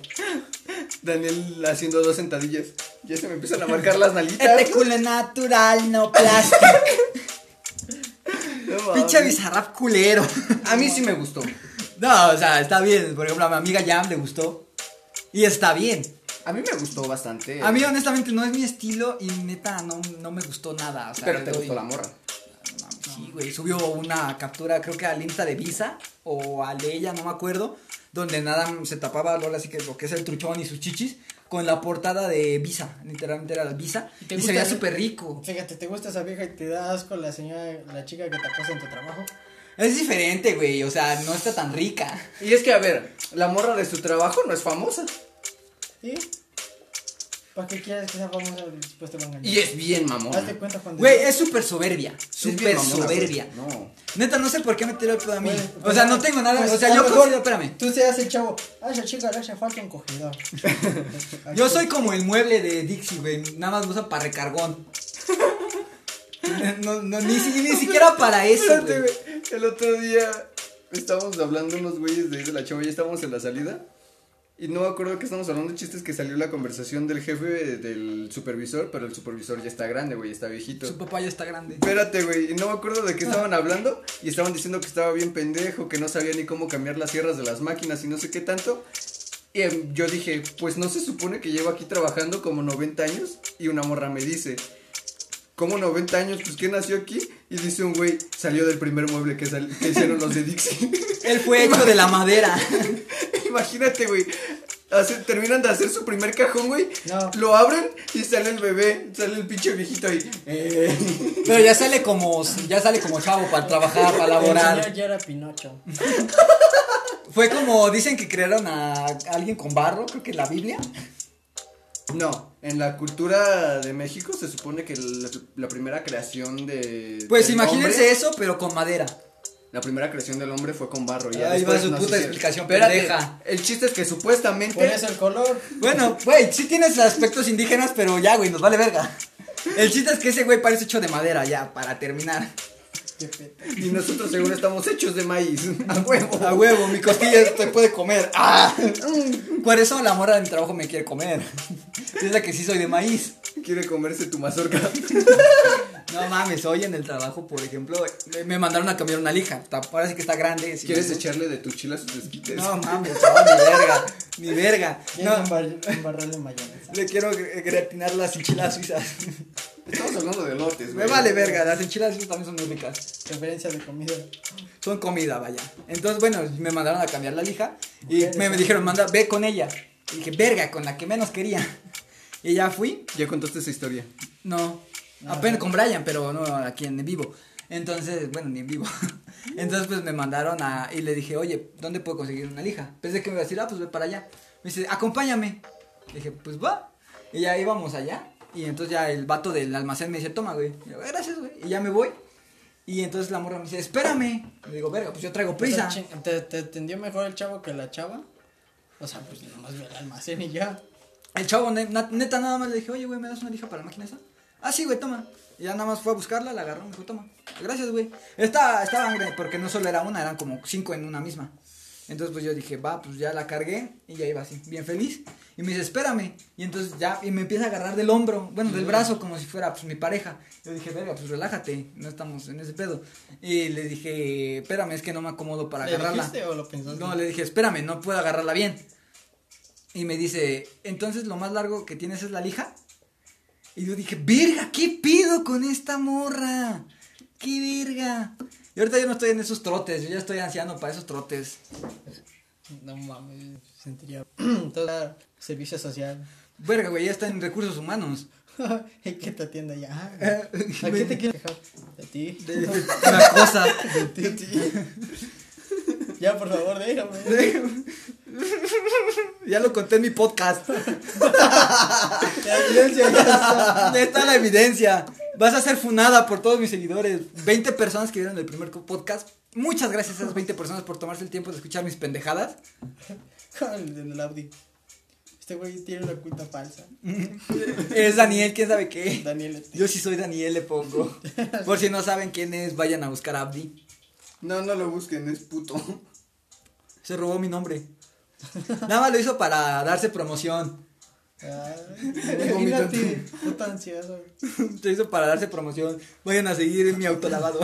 Daniel haciendo dos sentadillas. Ya se me empiezan a marcar las nalitas. Este culo es natural, no plástico. No mames. Pinche bizarrap culero. A mí sí me gustó. No, o sea, está bien. Por ejemplo, a mi amiga Jam le gustó. Y está bien. A mí me gustó bastante. A mí, honestamente, no es mi estilo y neta, no, no me gustó nada. O sea, Pero le te doy- gustó la morra. No mames, Sí, güey. Subió una captura, creo que al Insta de Visa o al de ella, no me acuerdo. Donde nada se tapaba ahora sí que lo que es el truchón y sus chichis. Con la portada de Visa. Literalmente era la Visa. ¿Y te Y se gusta veía el- súper rico. Fíjate, te gusta esa vieja y te da asco la señora, la chica que te acosa en tu trabajo. Es diferente, güey. O sea, no está tan rica. Y es que, a ver, la morra de su trabajo no es famosa. ¿Sí? ¿Para qué quieres que sea famosa después te va a engañar? Y es bien mamona. Hazte cuenta cuando. Güey, es súper soberbia. Es bien Súper mamona, güey. soberbia. No. Neta, no sé por qué me tiró el pedo a mí. Güey, o pues, sea, no pues, tengo nada. pues, o sea, a yo lo mejor considero, espérame. Tú seas el chavo. Ah, esa chica le hace falta un cogedor. Yo soy como el mueble de Dixie, güey. Nada más lo usan para recargón. No, no, ni, si- ni siquiera para eso, Espérate, güey. güey. El otro día estábamos hablando unos güeyes de ahí de la chava, ya estábamos en la salida. Y no me acuerdo que estábamos hablando de chistes que salió la conversación del jefe del supervisor, pero el supervisor ya está grande, güey, está viejito. Su papá ya está grande. Espérate, güey, y no me acuerdo de qué estaban hablando y estaban diciendo que estaba bien pendejo, que no sabía ni cómo cambiar las sierras de las máquinas y no sé qué tanto. Y em, yo dije, pues no se supone que llevo aquí trabajando como 90 años y una morra me dice, ¿cómo 90 años? Pues ¿qué nació aquí? Y dice un güey, salió del primer mueble que, sal- que hicieron los de Dixie. Él fue hecho de la madera. Imagínate, güey. hace- terminan de hacer su primer cajón, güey. No. Lo abren y sale el bebé, sale el pinche viejito ahí. Eh. Pero ya sale como, ya sale como chavo para trabajar, para El laborar. señor ya era Pinocho. Fue como dicen que crearon a alguien con barro, creo que la Biblia. No, en la cultura de México se supone que la, la primera creación de. Pues del imagínense hombre- eso, pero con madera. La primera creación del hombre fue con barro. y ya Ahí va después su nos puta hicieron- explicación Espérate, pendeja. El chiste es que supuestamente. Por eso el color. Bueno, güey, sí tienes aspectos indígenas, pero ya, güey, nos vale verga. El chiste es que ese güey parece hecho de madera, ya, para terminar. Qué peta. Y nosotros seguro estamos hechos de maíz. A huevo. A huevo, mi costilla te puede comer. ¡Ah! Por eso la morra de mi trabajo me quiere comer. Es la que sí soy de maíz. Quiere comerse tu mazorca. No mames, hoy en el trabajo, por ejemplo, me- me mandaron a cambiar una lija. Está- Ahora sí que está grande. sí. ¿Quieres echarle de tu chila sus desquites? No mames, no, ni verga. Ni verga. Quieren No, embar- embarrarle mayonesa. le quiero gr- gratinar las enchiladas suizas. Estamos hablando de lotes, Me güey. vale verga, las enchiladas suizas también son muy ricas. Referencia de comida. son comida, vaya. Entonces, bueno, me mandaron a cambiar la lija y Ok. me, me dijeron, manda, ve con ella. Y dije, verga, con la que menos quería. Y ya fui, Ya contaste esa historia. no, apenas con Brian, pero no aquí en vivo. Entonces, bueno, ni en vivo. Entonces, pues me mandaron a, y le dije, oye, ¿dónde puedo conseguir una lija? Pensé que me iba a decir, ah, pues ve para allá. Me dice, acompáñame. Le dije, pues va. Y ya íbamos allá. Y entonces ya el vato del almacén me dice, toma, güey. Y yo, Gracias, güey. Y ya me voy. Y entonces la morra me dice, espérame. Le digo, verga, pues yo traigo prisa. O sea, ching- ¿Te, te atendió mejor el chavo que la chava? O sea, pues nomás ve al almacén y ya. El chavo, ne- na- neta, nada más le dije, oye, güey, ¿me das una lija para la máquina esa? Ah, sí, güey, toma. Y ya nada más fue a buscarla, la agarró, me dijo, toma. Gracias, güey. Estaba, estaban, gr- porque no solo era una, eran como cinco en una misma. Entonces, pues yo dije, va, pues ya la cargué y ya iba así, bien feliz. Y me dice, espérame. Y entonces ya, y me empieza a agarrar del hombro, bueno, Mm. del brazo, como si fuera, pues, mi pareja. Yo dije, verga, pues relájate, no estamos en ese pedo. Y le dije, espérame, es que no me acomodo para ¿Le agarrarla. dijiste o lo pensaste? No, le dije, espérame, no puedo agarrarla bien. Y me dice, entonces lo más largo que tienes es la lija. Y yo dije, verga, ¿qué pido con esta morra? ¿Qué verga? Y ahorita yo no estoy en esos trotes, yo ya estoy anciano para esos trotes. No mames, sentiría toda servicio social. Verga, güey, ya está en recursos humanos. Hay que te atienda ya. ¿A qué te quieres quejar? De ti. De- de- Una cosa. De ti. Ya, por favor, déjame. Ya lo conté en mi podcast. Ya, silencio, ya está. ¿Dónde está la evidencia? Vas a ser funada por todos mis seguidores. 20 personas que vieron el primer co- podcast. Muchas gracias a esas 20 personas por tomarse el tiempo de escuchar mis pendejadas. El del Audi. Este güey tiene una cuenta falsa. Es Daniel, quién sabe qué. Daniel. Yo sí soy Daniel, le pongo. Por si no saben quién es, vayan a buscar a Abdi. No, no lo busquen, es puto. Se robó mi nombre. Nada más lo hizo para darse promoción. Ay, vomito. imagínate, puto ansioso. Lo hizo para darse promoción. Vayan a seguir mi autolavado.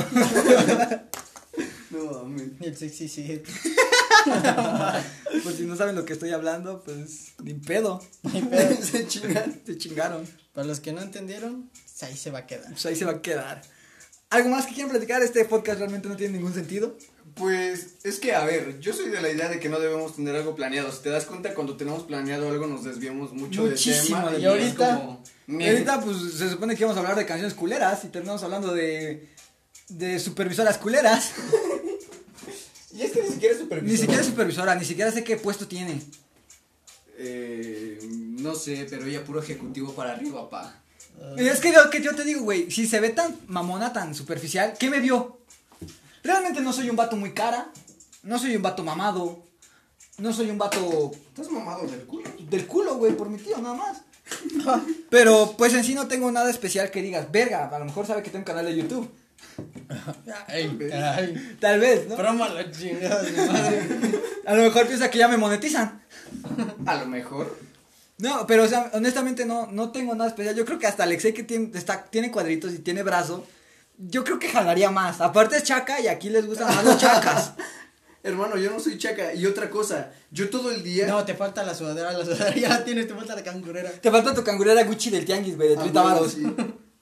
No mames. Y el sexy sí. Por si no saben lo que estoy hablando, pues ni pedo. Se chingan. Te chingaron. Para los que no entendieron, ahí se va a quedar. Pues ahí se va a quedar. ¿Algo más que quieran platicar? Este podcast realmente no tiene ningún sentido. Pues es que, a ver, yo soy de la idea de que no debemos tener algo planeado. Si te das cuenta, cuando tenemos planeado algo nos desviamos mucho Muchísimo, de tema. y es ahorita- como, Y ahorita, pues, se supone que íbamos a hablar de canciones culeras y terminamos hablando de. de supervisoras culeras. Y es que ni siquiera es supervisor. Ni siquiera es supervisora, ni siquiera sé qué puesto tiene. Eh, no sé, pero ella puro ejecutivo para arriba, pa. Y es que lo que yo te digo, güey, si se ve tan mamona, tan superficial, ¿qué me vio? Realmente no soy un vato muy cara, no soy un vato mamado, no soy un vato Estás mamado del culo. del culo, güey, por mi tío, nada más. Pero pues en sí no tengo nada especial que digas, verga, a lo mejor sabe que tengo un canal de YouTube. Ay, ay. Tal vez, ¿no? Broma la chingada de madre. A lo mejor piensa que ya me monetizan. A lo mejor. No, pero o sea, honestamente no, no tengo nada especial. Yo creo que hasta Alexei que tiene, está, tiene cuadritos y tiene brazo, yo creo que jalaría más. Aparte es chaca y aquí les gustan más los chacas. Hermano, yo no soy chaca. Y otra cosa, yo todo el día. No, te falta la sudadera, la sudadera ya la tienes, te falta la cangurera. Te falta tu cangurera Gucci del Tianguis, güey, de Ah, 30 bueno, varos. sí.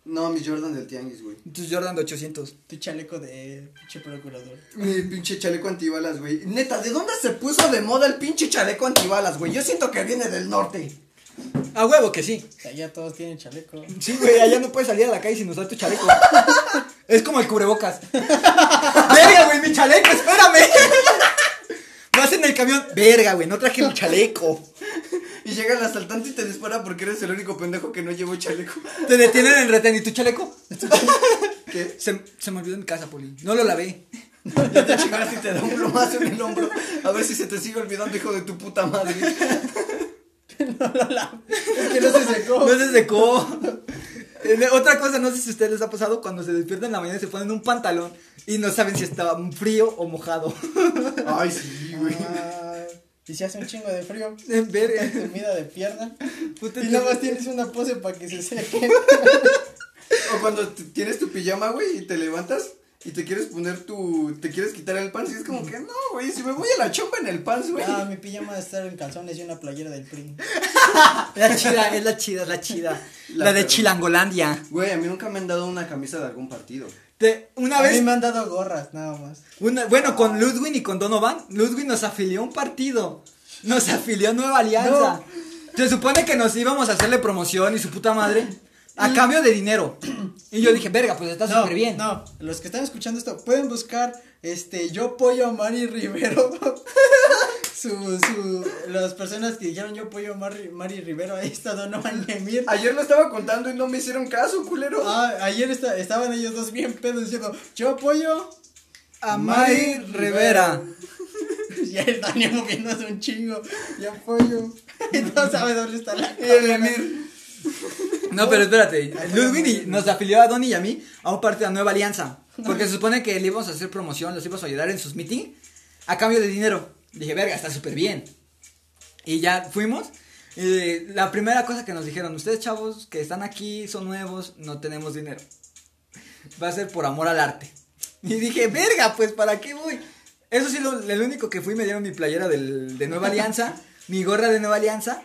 No, mi Jordan del Tianguis, güey. Tu Jordan de 800. Tu chaleco de pinche procurador. Mi pinche chaleco antibalas, güey. Neta, ¿de dónde se puso de moda el pinche chaleco antibalas, güey? Yo siento que viene del norte. A huevo que sí. O sea, ya todos tienen chaleco. Sí, güey, allá no puedes salir a la calle sin usar tu chaleco. es como el cubrebocas. Verga, güey, mi chaleco, espérame. Vas en el camión. Verga, güey, no traje mi chaleco. Y llega el asaltante y te dispara porque eres el único pendejo que no llevó chaleco. Te detienen en retén y tu chaleco. ¿Qué? Se, se me olvidó en mi casa, Poli. No lo lavé. Ya te chingaste y te da un plomazo en el hombro. A ver si se te sigue olvidando, hijo de tu puta madre. Es que no se secó. No se secó. Eh, Otra cosa, no sé si a ustedes les ha pasado cuando se despiertan en la mañana y se ponen un pantalón y no saben si estaba frío o mojado. Ay, sí, güey. Ah, y si hace un chingo de frío, Verga. te mira de pierna. eh, Puta, y nada más tienes una pose para que se seque. O cuando t- tienes tu pijama, güey, y te levantas y te quieres poner tu. Te quieres quitar el pants y es como que no, güey. Si me voy a la chompa en el pants, güey. Ah, mi pijama de estar en calzones y una playera del PRI. La chida, es la chida, es la chida. La, La de perra. Chilangolandia. Güey, a mí nunca me han dado una camisa de algún partido. Te- una A mí vez, me han dado gorras, nada más. una- bueno, con Ludwig y con Donovan, Ludwig nos afilió a un partido. Nos afilió a Nueva Alianza. Se supone que nos íbamos a hacerle promoción y su puta madre. A cambio de dinero. Y yo dije, verga, pues está no, súper bien. No, los que están escuchando esto pueden buscar este yo pollo a Mari Rivero. su, su, las personas que dijeron yo pollo a Mari, Mari Rivero, ahí está Donovan Lemir. Ayer lo estaba contando y no me hicieron caso, culero. Ah, ayer esta- estaban ellos dos bien pedos diciendo yo apoyo A Mari Mari Rivera. y el Daniel moviéndose un chingo, yo apoyo. Y no sabe dónde está la Y el Emir. No, pero espérate. Ay, Ludwig Mari. y- nos afilió a Donny y a mí a un partido de Nueva Alianza. Porque se supone que le íbamos a hacer promoción, los íbamos a ayudar en sus meetings a cambio de dinero. Dije, verga, está súper bien. Y ya fuimos. Eh, la primera cosa que nos dijeron, ustedes chavos que están aquí, son nuevos, no tenemos dinero. Va a ser por amor al arte. Y dije, verga, pues ¿para qué voy? Eso sí, lo, el único que fui me dieron mi playera del- de Nueva Alianza, mi gorra de Nueva Alianza.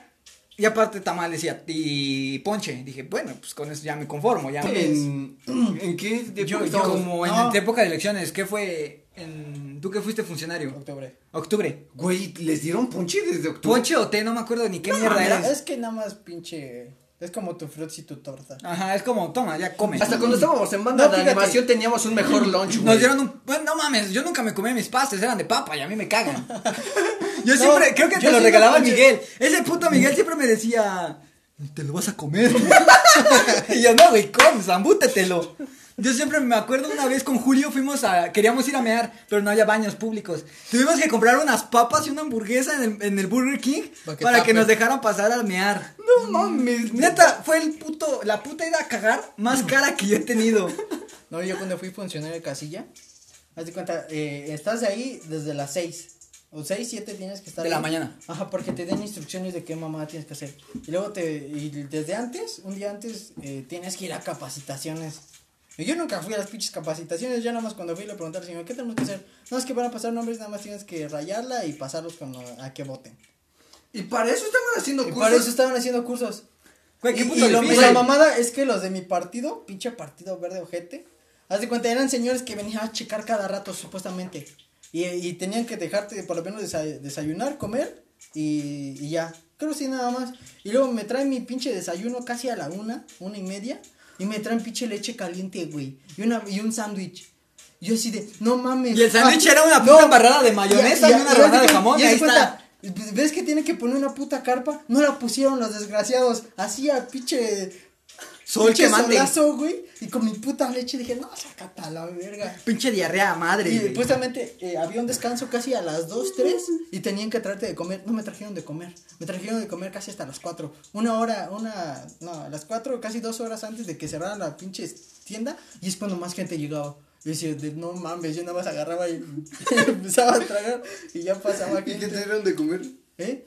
Y aparte tamales y, a- y ponche. Dije, bueno, pues con eso ya me conformo. Ya me- ¿En, ¿en qué época pues, Yo, yo estamos? como en No. la época de elecciones, ¿qué fue? En... ¿Tú que fuiste funcionario? Octubre. Octubre. Güey, ¿les dieron ponche desde octubre? Ponche o té, no me acuerdo ni qué mierda Ah, Mira, era. es que nada más pinche. Es como tu fruits y tu torta. Ajá, es como, toma, ya come. Hasta cuando estábamos en banda No, de fíjate. animación teníamos un mejor lunch, güey. Nos dieron un... Bueno, no mames, yo nunca me comí mis pastes, eran de papa y a mí me cagan. Yo No, siempre, creo que yo te lo sí me regalaba manché. Miguel. Ese puto Mm. Miguel siempre me decía, te lo vas a comer. y yo, no, güey, come, zambútetelo. Yo siempre me acuerdo una vez con Julio fuimos a, queríamos ir a mear, pero no había baños públicos. Tuvimos que comprar unas papas y una hamburguesa en el, en el Burger King Pa' que para que tape. nos dejaran pasar a mear. Mm. No mames, Neta, fue el puto, la puta ida a cagar más cara que yo he tenido. No, yo cuando fui funcionario de casilla, haz de cuenta, eh, estás ahí desde las 6. O 6, 7 tienes que estar. De la ahí. mañana. Ajá, porque te dan instrucciones de qué mamá tienes que hacer. Y luego te. Y desde antes, un día antes, eh, tienes que ir a capacitaciones. Y yo nunca fui a las pinches capacitaciones. Yo nada más cuando fui le pregunté al señor, ¿qué tenemos que hacer? No, es que van a pasar nombres, nada más tienes que rayarla y pasarlos con lo- a que voten. Y para eso estaban haciendo Y cursos. para eso estaban haciendo cursos. Güey, qué Y- puto y lo- difícil. la mamada es que los de mi partido, pinche partido verde ojete, haz de cuenta, eran señores que venían a checar cada rato, supuestamente. Y, y tenían que dejarte por lo menos desa- desayunar, comer y, y ya. Creo que sí, nada más. Y luego me traen mi pinche desayuno casi a la una, una y media. Y me traen pinche leche caliente, güey. Y, una, y un sándwich. Yo así de, no mames. Y el sándwich Ah, era una puta embarrada de mayonesa y una haz rebanada de cuenta- jamón, y haz ahí cuenta, está. pues, ¿Ves que tiene que poner una puta carpa? No la pusieron los desgraciados. Así a pinche. Sol pinche quemante. solazo, güey. Y con mi puta leche dije, no, sácate a la verga. Pinche diarrea a madre, Y güey. justamente eh, había un descanso casi a las 2, 3 y tenían que traerte de comer. No me trajeron de comer. Me trajeron de comer casi hasta las 4. Una hora, una. No, a las 4, casi dos horas antes de que cerraran la pinche tienda. Y es cuando más gente llegaba. Y decía, de, no mames, yo nada más agarraba y empezaba a tragar y ya pasaba ¿Y qué gente. te dieron de comer? ¿Eh?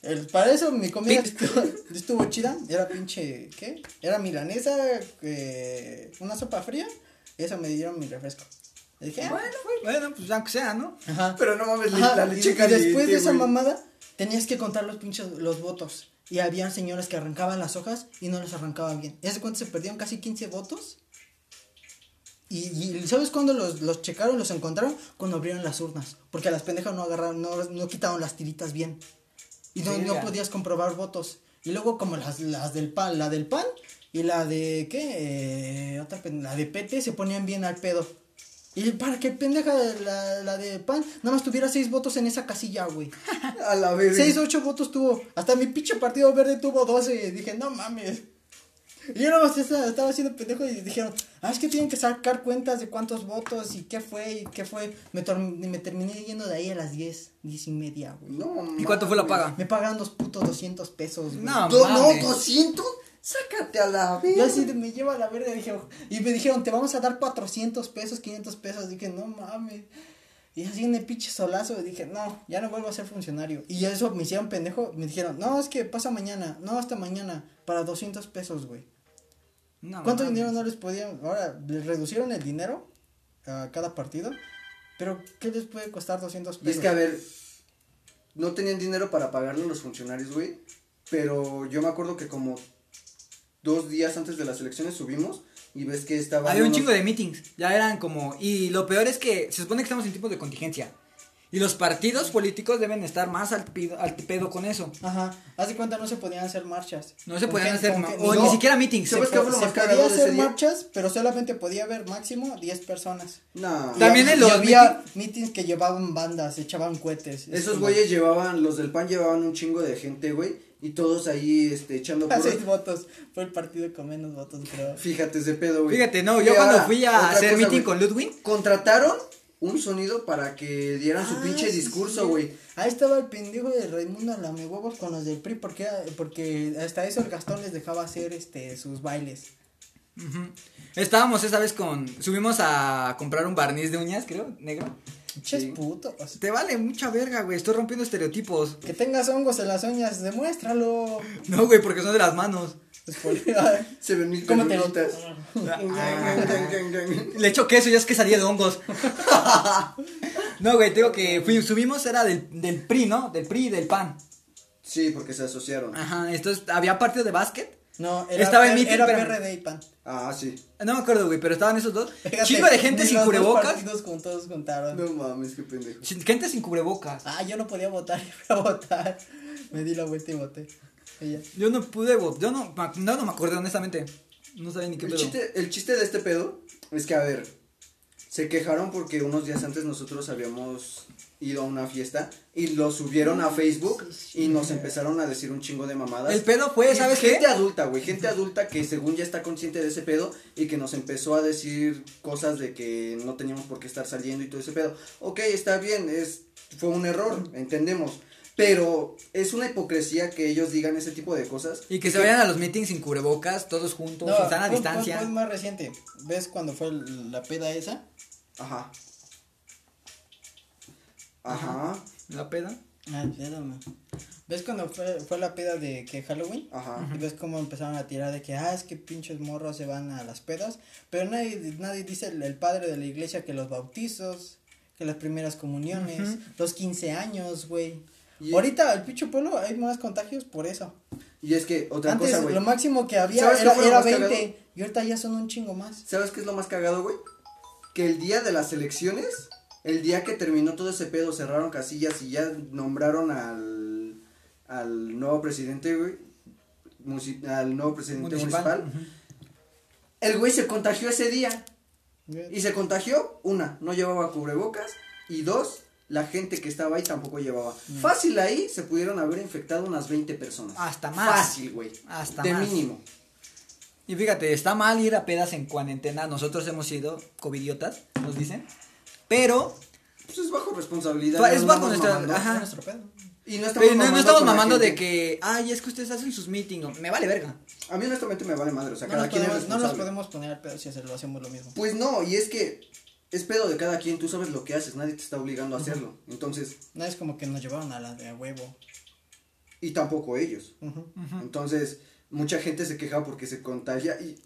El, para eso mi comida estuvo, estuvo chida. Era pinche. ¿Qué? Era milanesa, eh, una sopa fría. Eso me dieron mi refresco. Y dije, ah, Bueno, güey, bueno, pues aunque sea, ¿no? Ajá. Pero no mames, Ajá, la y- leche y caliente, después de esa güey. mamada, tenías que contar los pinches los votos. Y había señoras que arrancaban las hojas y no las arrancaban bien. ¿Y hace cuánto se perdieron casi 15 votos? Y, y ¿sabes cuándo los, los checaron, los encontraron? Cuando abrieron las urnas. Porque a las pendejas no agarraron, no, no quitaron las tiritas bien. Y no, no Verga. podías comprobar votos. Y luego como las, las del PAN, la del PAN y la de, ¿qué? Eh, otra, pen- la de PT se ponían bien al pedo. Y para que pendeja la, la de PAN, nada más tuviera seis votos en esa casilla, güey. A la verga. Seis, ocho votos tuvo. Hasta mi pinche partido verde tuvo doce. Dije, no mames. Y yo nada más esa- estaba haciendo pendejo y dijeron, ah, es que tienen que sacar cuentas de cuántos votos y qué fue y qué fue. Me, tor- me terminé yendo de ahí a las diez, diez y media, güey. No ¿Y cuánto fue la paga? Me pagaron dos putos 200 pesos, güey. No, ¿Do- mames. ¿No? ¿200? Sácate a la Yo verga. así de- me lleva a la verga dije, y me dijeron, te vamos a dar 400 pesos, 500 pesos. Dije, no mames. Y así en el pinche solazo dije, no, ya no vuelvo a ser funcionario. Y eso me hicieron pendejo. Me dijeron, no, es que pasa mañana, no, hasta mañana, para 200 pesos, güey. No, ¿Cuánto mames. dinero no les podían? Ahora, les reducieron el dinero a cada partido. Pero, ¿qué les puede costar 200 Y pesos? es que, a ver, no tenían dinero para pagarle a los funcionarios, güey. Pero yo me acuerdo que como dos días antes de las elecciones subimos y ves que estaba. Había un chingo de meetings. Ya eran como. Y lo peor es que se supone que estamos en tiempos de contingencia. Y los partidos políticos deben estar más al, pido- al pedo con eso. Ajá, haz de cuenta no se podían hacer marchas. No se Con podían gen- hacer con ma- gen- o no, ni siquiera meetings. ¿Sabes Se- qué fue lo se más podía cagado de ese hacer día? marchas, pero solamente podía haber máximo 10 personas. Nah. También Y en hab- los y había meetings que llevaban bandas, echaban cohetes. Es Esos como- güeyes llevaban, los del PAN llevaban un chingo de gente, güey. Y todos ahí, este, echando A Ah, puros- seis votos. Fue el partido con menos votos, creo. Fíjate ese pedo, güey. Fíjate, no, Y yo cuando ahora, fui a otra hacer cosa, meeting con güey. Ludwig. Contrataron un sonido para que dieran su pinche Ah, sí, discurso, sí. güey. Ahí estaba el pendejo de Raimundo Lamehuevos con los del PRI, porque, era- porque hasta eso el Gastón les dejaba hacer este sus bailes. Ujú. Estábamos esa vez con. Subimos a comprar un barniz de uñas, creo, negro. Ches Sí. putos. Te vale mucha verga, güey. Estoy rompiendo estereotipos. Que tengas hongos en las uñas, demuéstralo. No, güey, porque son de las manos. Pues, por- Se ven mis ¿Cómo te lo- peluditas. Le echo queso, ya es quesadilla de hongos. no, güey, te digo que fui- subimos, era del, del PRI, ¿no? Del PRI y del PAN. Sí, porque se asociaron. Ajá, entonces había partido de básquet. No, era, Estaba en era- meeting, era espérame. PRD y PAN. Ah, sí. No me acuerdo, güey, pero estaban esos dos. Fíjate, Chingo de gente ni sin los dos cubrebocas. partidos juntos juntaron. No mames, qué pendejo. Chin- Gente sin cubrebocas. Ah, yo no podía votar, fui a votar. Me di la vuelta y voté. Y ya. Yo no pude, güey. Yo no, ma- no, no me acordé, honestamente. No sabía ni qué El pedo. chiste, el chiste de este pedo es que, a ver, se quejaron porque unos días antes nosotros habíamos ido a una fiesta y lo subieron a Facebook y nos empezaron a decir un chingo de mamadas. El pedo fue, Y ¿sabes qué? gente adulta, güey, gente adulta que según ya está consciente de ese pedo y que nos empezó a decir cosas de que no teníamos por qué estar saliendo y todo ese pedo. Ok, está bien, es fue un error, entendemos, pero es una hipocresía que ellos digan ese tipo de cosas. Y que se vayan a los meetings sin cubrebocas, todos juntos, No, están a fue- distancia. Fue, fue más reciente. ¿Ves cuando fue el- la peda esa? Ajá. Ajá. La peda. Ah, espérame. ¿Ves cuando fue, fue la peda de que Halloween? Ajá. Y ves cómo empezaron a tirar de que, ah, es que pinches morros se van a las pedas. Pero nadie, nadie dice el, el padre de la iglesia que los bautizos, que las primeras comuniones, Ujú. los 15 años, güey. Y- Ahorita el pinche pueblo hay más contagios por eso. Y es que otra Antes cosa, güey. lo máximo que había ¿Sabes era, qué fue lo era más 20 cagado? y ahorita ya son un chingo más. ¿Sabes qué es lo más cagado, güey? Que el día de las elecciones, el día que terminó todo ese pedo, cerraron casillas y ya nombraron al, al nuevo presidente, güey. musi- Al nuevo presidente municipal. Municipal. El güey se contagió ese día. Y se contagió, una, no llevaba cubrebocas. Y dos, la gente que estaba ahí tampoco llevaba. Mm. Fácil ahí se pudieron haber infectado unas 20 personas. Hasta más. Fácil, güey. Hasta De más. mínimo. Y fíjate, está mal ir a pedas en cuarentena. Nosotros hemos sido covidiotas, nos dicen. Pero Pues es bajo responsabilidad. Pues es no bajo andamos nuestra- mamando. ajá. Fue nuestro pedo. Y no pero estamos, no, no mamando estamos con la mamando de gente. que, ay, es que ustedes hacen sus meetings. Me vale verga. A mí honestamente me vale madre, o sea, No cada nos, quien podemos, es no nos responsable. podemos poner al pedo si se lo hacemos lo mismo. Pues no, y es que es pedo de cada quien, tú sabes lo que haces, nadie te está obligando a hacerlo. Entonces, No es como que nos llevaron a la de a huevo. y tampoco ellos. Ujú. Entonces, mucha gente se queja porque se contagia y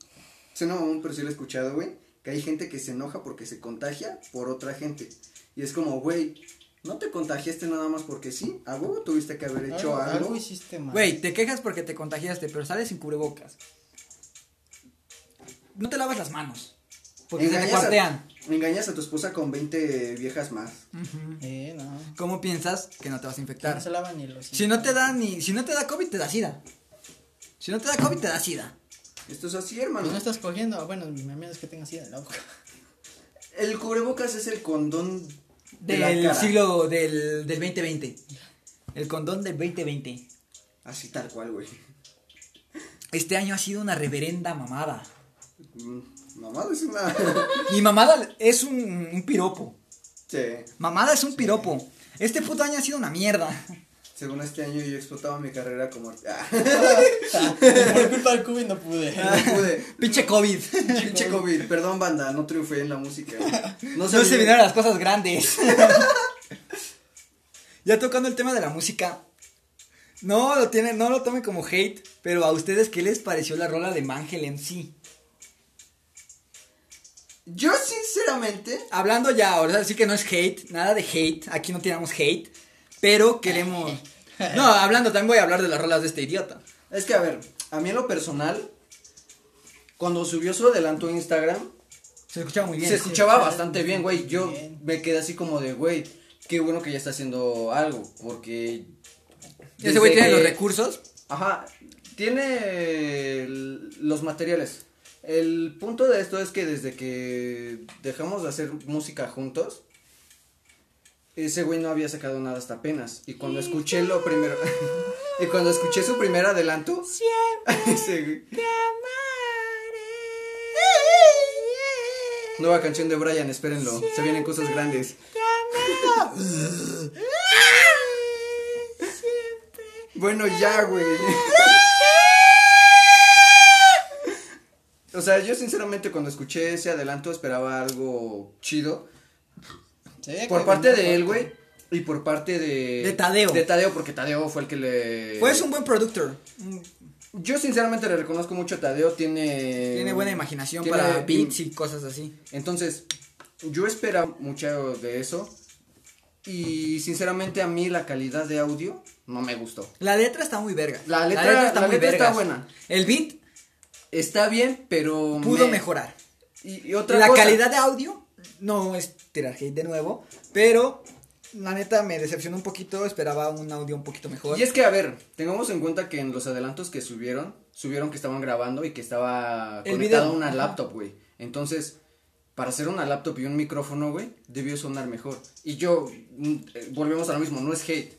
se no, pero sí lo he escuchado, güey, que hay gente que se enoja porque se contagia por otra gente. Y es como, güey, no te contagiaste nada más porque sí, a huevo tuviste que haber algo, hecho algo. algo hiciste mal. Güey, te quejas porque te contagiaste, pero sales sin cubrebocas. No te lavas las manos. Porque se te Engañas a- cuartean. engañas a tu esposa con 20 viejas más. Eh, no. ¿Cómo piensas que no te vas a infectar? No se lavan ni los. Si no te da ni, si no te da COVID, te da sida. Si no te da COVID, te da sida. Esto es así, hermano. Pues no estás cogiendo. Bueno, a menos que tengas sida en la boca. El cubrebocas es el condón de la Del cara. siglo del, del 2020. El condón del 2020. Así tal cual, güey. Este año ha sido una reverenda mamada. Mm, Mamada es una. Y mamada es un, un piropo. sí. Mamada es un piropo. Este puto año ha sido una mierda. Según este año yo explotaba mi carrera como. art- Ah, Por culpa del cubi no pude. no pude. Pinche COVID. Pinche COVID. Perdón, banda, no triunfé en la música. güey. No se olviden- vinieron las cosas grandes. ya tocando el tema de la música. No lo tienen, no lo tomen como hate, pero a ustedes qué les pareció la rola de Mangel MC. Yo, sinceramente. Hablando ya, ahora sí que no es hate, nada de hate, aquí no tiramos hate, pero queremos No, hablando también voy a hablar de las rolas de este idiota. Es que, a ver, a mí en lo personal. Cuando subió su adelanto en Instagram, Se escuchaba muy bien. se sí. escuchaba bastante bien, güey. Yo Bien. me quedé así como de, güey, qué bueno que ya está haciendo algo, porque. Ese güey desde tiene los que- recursos. Ajá, tiene el- los materiales. El punto de esto es que desde que dejamos de hacer música juntos, ese güey no había sacado nada hasta apenas. Y cuando escuché lo primero. y cuando escuché su primer adelanto. ese güey- Nueva canción de Brian, espérenlo. Se vienen cosas grandes. Bueno, ya, güey. O sea, yo sinceramente cuando escuché ese adelanto esperaba algo chido. Por parte de él, güey. Y por parte de. De Tadeo. De Tadeo, porque Tadeo fue el que le. Pues es un buen productor. Yo sinceramente le reconozco mucho a Tadeo. Tiene. Tiene buena imaginación eh, tiene- para beats y cosas así. Entonces, yo esperaba mucho de eso. Y sinceramente a mí la calidad de audio no me gustó. La letra está muy verga. La letra- la letra está vergas. buena. El beat Está bien, pero... pudo me- mejorar. Y, y otra la cosa, calidad de audio no es tirar hate de nuevo, pero la neta me decepcionó un poquito, esperaba un audio un poquito mejor. Y es que, a ver, tengamos en cuenta que en los adelantos que subieron, subieron que estaban grabando y que estaba El conectado a video. una Ajá. laptop, güey. Entonces, para hacer una laptop y un micrófono, güey, debió sonar mejor. Y yo, mm, eh, volvemos a lo mismo, no es hate.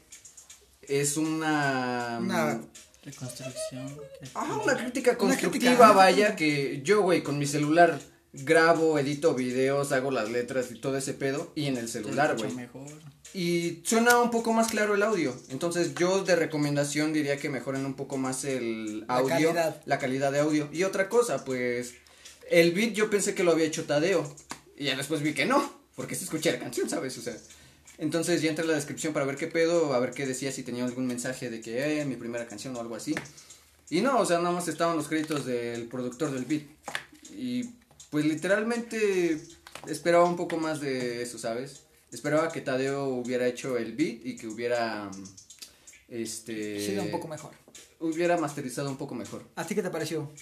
Es una... Una- mm, Reconstrucción. Ajá, una crítica Una constructiva, crítica, ajá. vaya, que yo, güey, con mi celular grabo, edito videos, hago las letras y todo ese pedo, y en el celular, Mucho güey. mejor. Y suena un poco más claro el audio. Entonces yo de recomendación diría que mejoren un poco más el La audio. calidad. la calidad de audio. Y otra cosa, pues el beat yo pensé que lo había hecho Tadeo. Y ya después vi que no, porque se escucha la canción, ¿sabes? O sea. Entonces ya entré a la descripción para ver qué pedo, a ver qué decía, si tenía algún mensaje de que, eh, mi primera canción o algo así. Y no, o sea, nada más estaban los créditos del productor del beat. Y pues literalmente esperaba un poco más de eso, ¿sabes? Esperaba que Tadeo hubiera hecho el beat y que hubiera mm, este sido un poco mejor. hubiera masterizado un poco mejor. ¿A ti qué te pareció?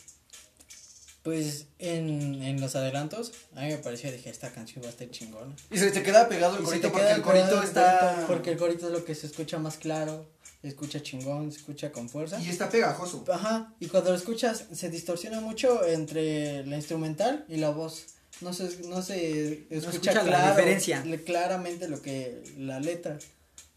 Pues en, en los adelantos, a mí me pareció, dije, esta canción va a estar chingona. Y se te queda pegado el Y se corito te porque queda el corito pegado está corito, Porque el corito es lo que se escucha más claro, se escucha chingón, se escucha con fuerza. y está pegajoso. Ajá, y cuando lo escuchas se distorsiona mucho entre la instrumental y la voz. No se, no se escucha escucha la claro, diferencia. le- claramente lo que la letra.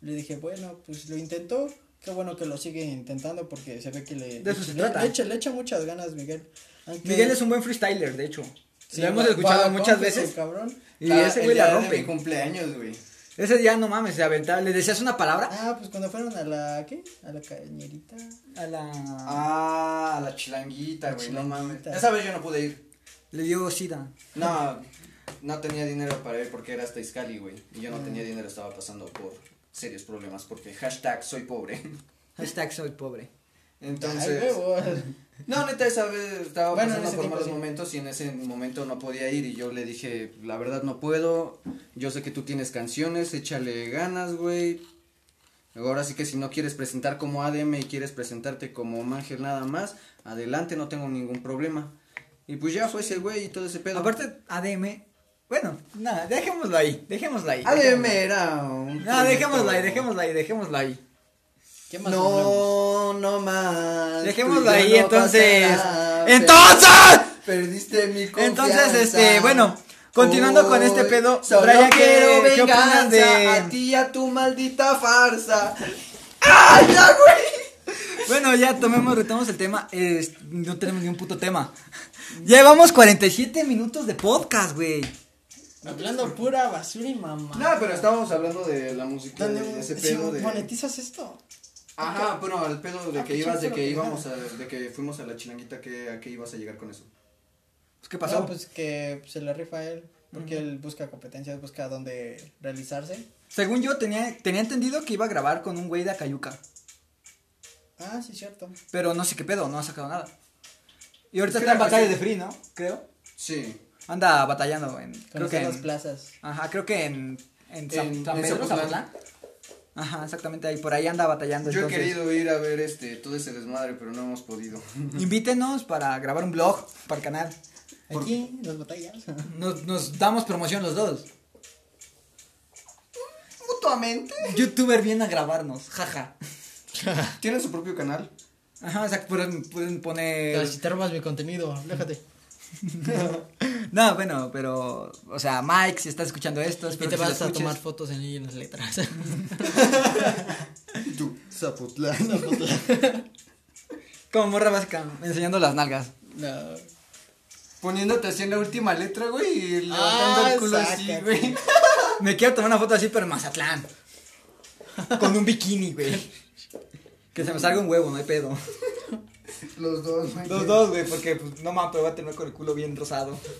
Le dije, bueno, pues lo intentó, qué bueno que lo sigue intentando porque se ve que le, De eso se le- trata. le echa, le echa muchas ganas, Miguel. Aunque- Miguel es un buen freestyler, de hecho. sí, lo hemos va- escuchado va- muchas rompe su veces. cabrón. Y ese güey la rompe. cumpleaños, güey. Ese día no mames, se aventaba. Le decías una palabra Ah, pues cuando fueron a la, ¿qué? A la cañerita. a la. Ah, la chilanguita, güey, no mames. chilanguita. Esa vez yo no pude ir. Le dio sida. No, no tenía dinero para ir porque era hasta Iscali, güey. Y yo no tenía dinero, estaba pasando por serios problemas porque hashtag soy pobre. Hashtag soy pobre. Entonces. Ay, huevo. No, neta, esa vez estaba Bueno, en pasando ese por tiempo malos sí. momentos y en ese momento no podía ir y yo le dije, la verdad no puedo, yo sé que tú tienes canciones, échale ganas, güey. Ahora sí que si no quieres presentar como ADM y quieres presentarte como Mangel nada más, adelante, no tengo ningún problema. Y pues ya fue ese güey y todo ese pedo. Aparte, ADM. Bueno, nada, dejémoslo ahí. Dejémoslo ahí. ADM dejémoslo. era un... No, dejémoslo ahí, proyecto- dejémoslo ahí, dejémoslo ahí. ¿Qué más hablamos? No, no más. Dejémoslo tú y yo ahí, no entonces. pasará, pero- ¡Entonces! Perdiste mi confianza. Entonces, este, bueno, continuando con este pedo, solo Brian, ¿qué- quiero qué opinas venganza de- a ti y a tu maldita farsa. ¡Ay, ya, güey! Bueno, ya tomemos, retomamos el tema. es- no tenemos ni un puto tema. Llevamos 47 minutos de podcast, güey. Pues, Hablando pura basura y mamá. No, pero estábamos hablando de la música, ¿Dónde de ese si pedo de... monetizas esto? Ajá, bueno, el pedo de Ah, que pues, ibas, eso de lo que que íbamos a, de que fuimos a la chilanguita, que, ¿a qué ibas a llegar con eso? Pues, ¿Qué pasó? No, pues que se la rifa a él, porque él busca competencias, busca dónde realizarse. Según yo, tenía, tenía entendido que iba a grabar con un güey de Acayuca. Ah, sí, cierto. Pero no sé qué pedo, no ha sacado nada. Y ahorita Es que está en la batalla de free, cuestión- ¿no? Creo. Sí. Anda batallando en. Creo que Conocer las en, plazas. Ajá, creo que en. En, San, En- San en Pedro, Zapotlán. Zapotlán. Ajá, exactamente ahí. Por ahí anda batallando. Yo he entonces. querido ir a ver este, todo ese desmadre, pero no hemos podido. Invítenos para grabar un blog para el canal. Aquí, las batallas. Ah, Nos, nos damos promoción los dos. Mutuamente. Youtuber viene a grabarnos, jaja. ¿Tienen su propio canal? Ajá, o sea, pueden, pueden poner. Si te robas mi contenido, déjate. No, bueno, pero. O sea, Mike, si estás escuchando esto, Y espero te que vas sí lo a escuches. tomar fotos en ella en las letras. Tú, Zapotlán. Como morra básica, enseñando las nalgas. no. Poniéndote así en la última letra, güey, y levantando Ah, el culo así, sácate. güey. Me quiero tomar una foto así, pero en Mazatlán. Con un bikini, güey. Que se me salga un huevo, no hay pedo. Los dos, güey. Los dos, güey, porque pues, no mames, pero voy a terminar con el culo bien rosado.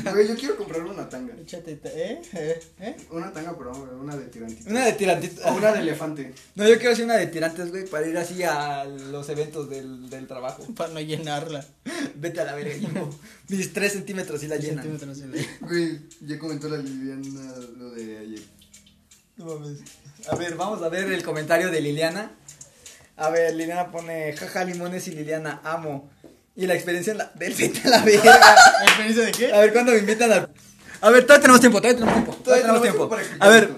Güey, yo quiero comprar una tanga. Échate, ta- ¿eh? ¿Eh? ¿Eh? Una tanga, pero güey, una de tirantito. Una de tirantitos. O una de elefante. No, yo quiero hacer una de tirantes, güey, para ir así a los eventos del, del trabajo. Para no llenarla. Vete a la verga, Jimbo. Mis tres centímetros sí la llenan. Centímetros de- Güey, ya comentó la Liliana lo de ayer. No mames. A ver, vamos a ver el comentario de Liliana. A ver, Liliana pone, jaja, limones y Liliana, amo. Y la experiencia en la- del vete a la verga. ¿La experiencia de qué? A ver, ¿cuándo me invitan a...? A ver, todavía tenemos tiempo, todavía tenemos tiempo. Todavía, Todavía tenemos tiempo. tenemos tiempo A para ver,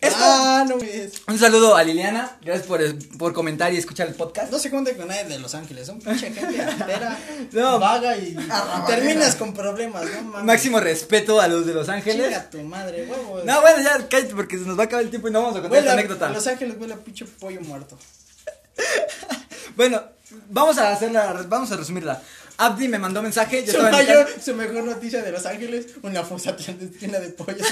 esto... Ah, no es. Un saludo a Liliana, gracias por, por comentar y escuchar el podcast. No se cuenta con nadie de Los Ángeles, son pinche gente entera, No. vaga y terminas con problemas, ¿no? mames? Máximo respeto a los de Los Ángeles. Chinga tu madre, huevos. No, bueno, ya cállate porque se nos va a acabar el tiempo y no vamos a contar Huele esta a- anécdota. Los Ángeles huele a pinche pollo muerto. Bueno, vamos a hacerla, vamos a resumirla. Abdi me mandó mensaje, yo Su estaba en mi mayor, casa- su mejor noticia de Los Ángeles, una fosa clandestina de pollos.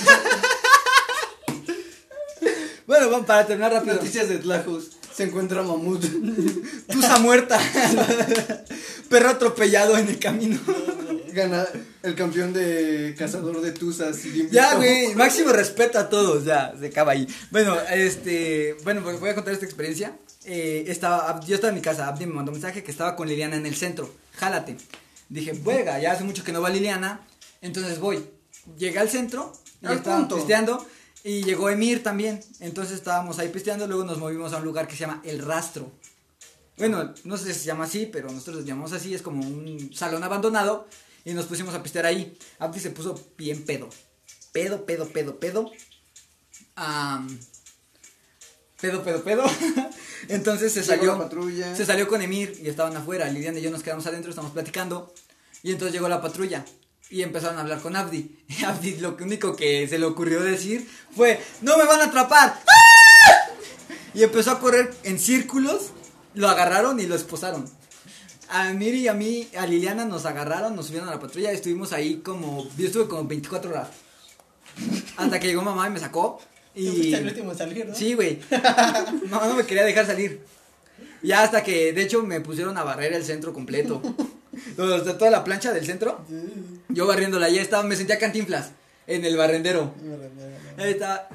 Bueno, vamos para terminar rápido. Noticias de Tlajos. Se encuentra mamut. Tusa muerta. Perro atropellado en el camino. Gana el campeón de cazador de tuzas. y invitó- Ya, güey, máximo respeto a todos, ya, se acaba ahí. Bueno, este, bueno, pues voy a contar esta experiencia. Eh, estaba, Ab- yo estaba en mi casa, Abdi me mandó un mensaje que estaba con Liliana en el centro, jálate. Dije, juega, ya hace mucho que no va Liliana, entonces voy. Llegué al centro, y Al estaba punto. pisteando, y llegó Emir también. Entonces estábamos ahí pisteando, luego nos movimos a un lugar que se llama El Rastro. Bueno, no sé si se llama así, pero nosotros lo llamamos así, es como un salón abandonado y nos pusimos a pistear ahí. Abdi se puso bien pedo. Pedo, pedo, pedo, pedo. Am, pedo, pedo, pedo. Entonces se Llegó salió. la patrulla. Se salió con Emir y estaban afuera. Liliana y yo nos quedamos adentro, estamos platicando. Y entonces llegó la patrulla y empezaron a hablar con Abdi. Y Abdi lo único que se le ocurrió decir fue: ¡No me van a atrapar! Y empezó a correr en círculos, lo agarraron y lo esposaron. A Miri y a mí, a Liliana nos agarraron, nos subieron a la patrulla y estuvimos ahí como, yo estuve como 24 horas. Hasta que llegó mamá y me sacó. Y Y... el último en salir, ¿no? Sí, güey. Mamá no me quería dejar salir. Ya hasta que, de hecho, me pusieron a barrer el centro completo. O sea, Toda la plancha del centro. Yo barriéndola, ya estaba, me sentía cantinflas en el barrendero. Ahí está.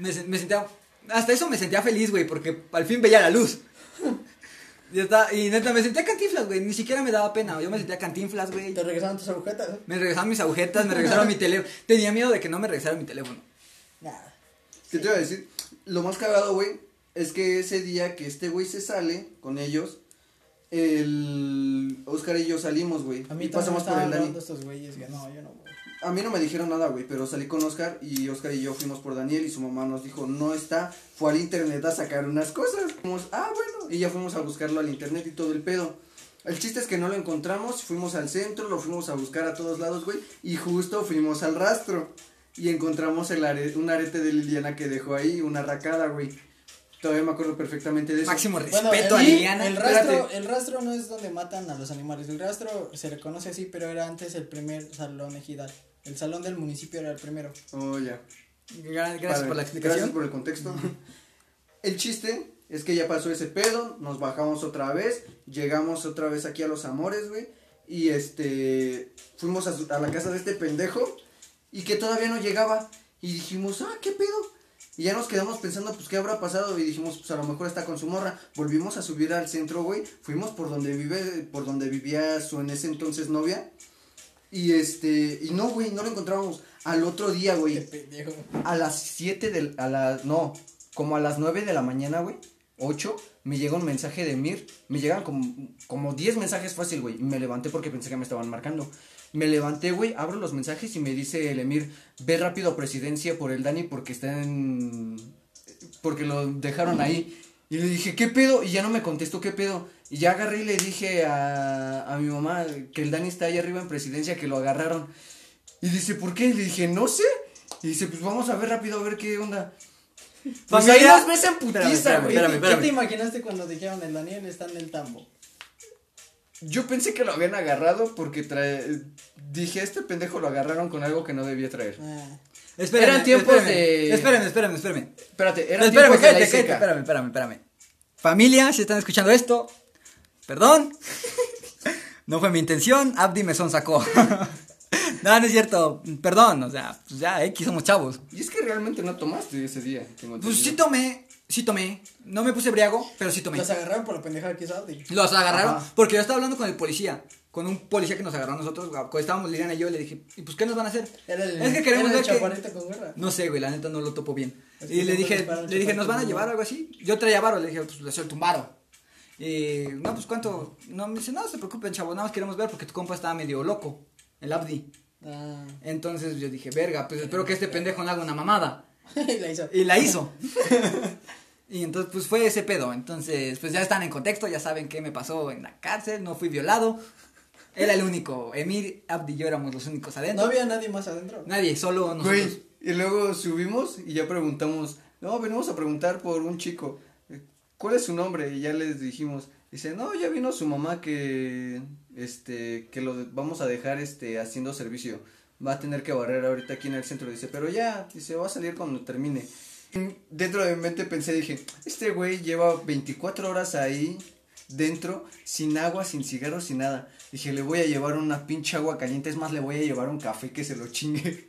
Me, sen- me sentía. Hasta eso me sentía feliz, güey, porque al fin veía la luz. Ya está. Y neta, me sentía cantinflas, güey. Ni siquiera me daba pena. Yo me sentía cantinflas, güey. Te regresaron tus agujetas. Me regresaron mis agujetas, me regresaron mi teléfono. Tenía miedo de que no me regresaran mi teléfono. Nada. ¿Qué te iba a decir? Lo más cagado, güey, es que ese día que este güey se sale con ellos, el Oscar y yo salimos, A güey. y mí también me pasamos por estaban el Dani. hablando estos güeyes. que no, yo no voy. A mí no me dijeron nada, güey, pero salí con Oscar y Oscar y yo fuimos por Daniel y su mamá nos dijo, no está, fue al internet a sacar unas cosas. Fuimos, ah, bueno, y ya fuimos a buscarlo al internet y todo el pedo. El chiste es que no lo encontramos, fuimos al centro, lo fuimos a buscar a todos lados, güey, y justo fuimos al rastro. Y encontramos el are- un arete de Liliana que dejó ahí, una racada, güey. Todavía me acuerdo perfectamente de eso. Máximo respeto Bueno, a el- Liliana. El Espérate. rastro, el rastro no es donde matan a los animales. El rastro se le conoce así, pero era antes el primer salón ejidal. El salón del municipio era el primero. Oh, ya. Gra- Gracias Padre, por la explicación. Gracias por el contexto. El chiste es que ya pasó ese pedo, nos bajamos otra vez, llegamos otra vez aquí a Los Amores, güey, y este, fuimos a, su- a la casa de este pendejo y que todavía no llegaba y dijimos, ah, qué pedo. Y ya nos quedamos pensando, pues, ¿qué habrá pasado? Y dijimos, pues, a lo mejor está con su morra. Volvimos a subir al centro, güey. Fuimos por donde vive, por donde vivía su en ese entonces novia. Y este, y no, güey, no lo encontrábamos. Al otro día, güey. Qué pendejo. A las 7 del. A las. No, como a las 9 de la mañana, güey. 8. Me llega un mensaje de Mir. Me llegan como, como 10 mensajes fácil, güey. Me levanté porque pensé que me estaban marcando. Me levanté, güey. Abro los mensajes y me dice el Emir: Ve rápido a presidencia por el Dani porque está en porque lo dejaron ahí. Y le dije, ¿qué pedo? Y ya no me contestó, ¿qué pedo? Y ya agarré y le dije a, a mi mamá que el Dani está ahí arriba en presidencia, que lo agarraron. Y dice, ¿por qué? Y le dije, no sé. Y dice, pues vamos a ver rápido a ver qué onda. Pues ahí Familia- nos ves en Espérame, putiza, espérame, güey. espérame, ¿Qué espérame. te imaginaste cuando dijeron el Daniel está en el tambo? Yo pensé que lo habían agarrado porque trae... Dije, a este pendejo lo agarraron con algo que no debía traer. Ah. Espérame, Eran tiempos espérame, de- Espérame, espérame, espérame. Espérate, No, era espérame, tiempos de la cállate, ISECA. cállate, espérame, espérame, espérame. Familia, si están escuchando esto, perdón. No fue mi intención, Abdi me sacó. No, no es cierto, perdón, o sea, pues ya, X somos chavos. Y es que realmente no tomaste ese día. tengo Pues sí entendido. tomé, sí tomé, no me puse briago, pero sí tomé. Los agarraron por la pendejada que hizo Audi. Los agarraron Ajá. porque yo estaba hablando con el policía con un policía que nos agarró a nosotros, güey, cuando estábamos Liliana y yo, le dije, ¿y pues qué nos van a hacer? Era el, es que queremos era el ver que- chaparrito con gorra. No sé, güey, la neta no lo topo bien. Es que Y le siempre dije, nos paran le dije, chaparritos ¿nos van a con llevar o algo así? Yo traía varo, le dije, pues le suelto un varo. Y, no, pues cuánto. No, me dice, no se preocupen, chavo, nada más queremos ver porque tu compa estaba medio loco, el Abdi. Ah. Entonces yo dije, verga, pues espero que este pendejo no haga una mamada. y la hizo. Y la hizo. y entonces, pues fue ese pedo. Entonces, pues ya están en contexto, ya saben qué me pasó en la cárcel, no fui violado. Era el único. Emir, Abdi y yo éramos los únicos No adentro. había nadie más adentro. Nadie, solo nosotros. Güey, y luego subimos y ya preguntamos, no, venimos a preguntar por un chico, eh, ¿cuál es su nombre? Y ya les dijimos, dice, no, ya vino su mamá que, este, que lo de- vamos a dejar, este, haciendo servicio, va a tener que barrer ahorita aquí en el centro, dice, pero ya, dice, va a salir cuando termine. Dentro de mi mente pensé, dije, este güey lleva 24 horas ahí dentro, sin agua, sin cigarro, sin nada. Dije, le voy a llevar una pinche agua caliente, es más, le voy a llevar un café que se lo chingue.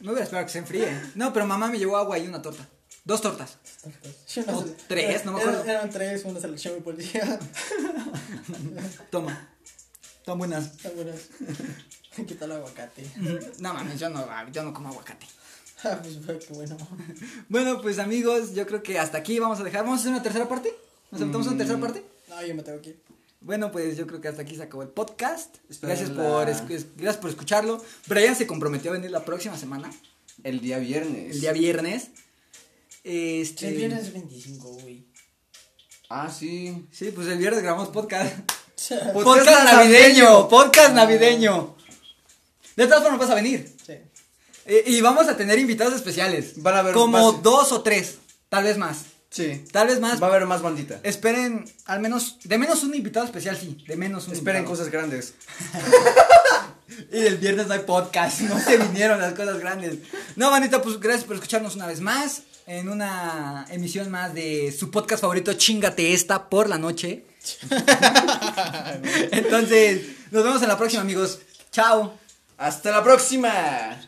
Me hubiera esperado que se enfríe. No, pero mamá me llevó agua y una torta. Dos tortas. Yo O tres, no me eran- acuerdo. Eran, tres, una se la echó mi policía. Toma. Están buenas. Están buenas. ¿Qué tal aguacate? No mames, yo no, yo no como aguacate. Ah, pues fue que bueno. Bueno, pues amigos, yo creo que hasta aquí vamos a dejar. ¿Vamos a hacer una tercera parte? ¿Nos aventamos una tercera parte? No, yo me tengo que ir. Bueno, pues yo creo que hasta aquí se acabó el podcast. Espero Gracias la- por, escu- es- gracias por escucharlo. Brian se comprometió a venir la próxima semana, El día viernes. el día viernes. Este, El viernes 25, güey. Ah, sí. Sí, pues el viernes grabamos podcast. Sí. Podcast navideño, podcast navideño. De todas formas vas a venir. Eh, Y vamos a tener invitados especiales. Van a haber como más- dos o tres, tal vez más. Sí. Tal vez más. Va a haber más bandita. Esperen al menos de menos un invitado especial, sí, de menos un. Esperen invitado. cosas grandes. Y el viernes no hay podcast, no se vinieron las cosas grandes. No, manita, pues gracias por escucharnos una vez más en una emisión más de su podcast favorito, Chingate esta por la noche. Entonces, nos vemos en la próxima, amigos. Chao. Hasta la próxima.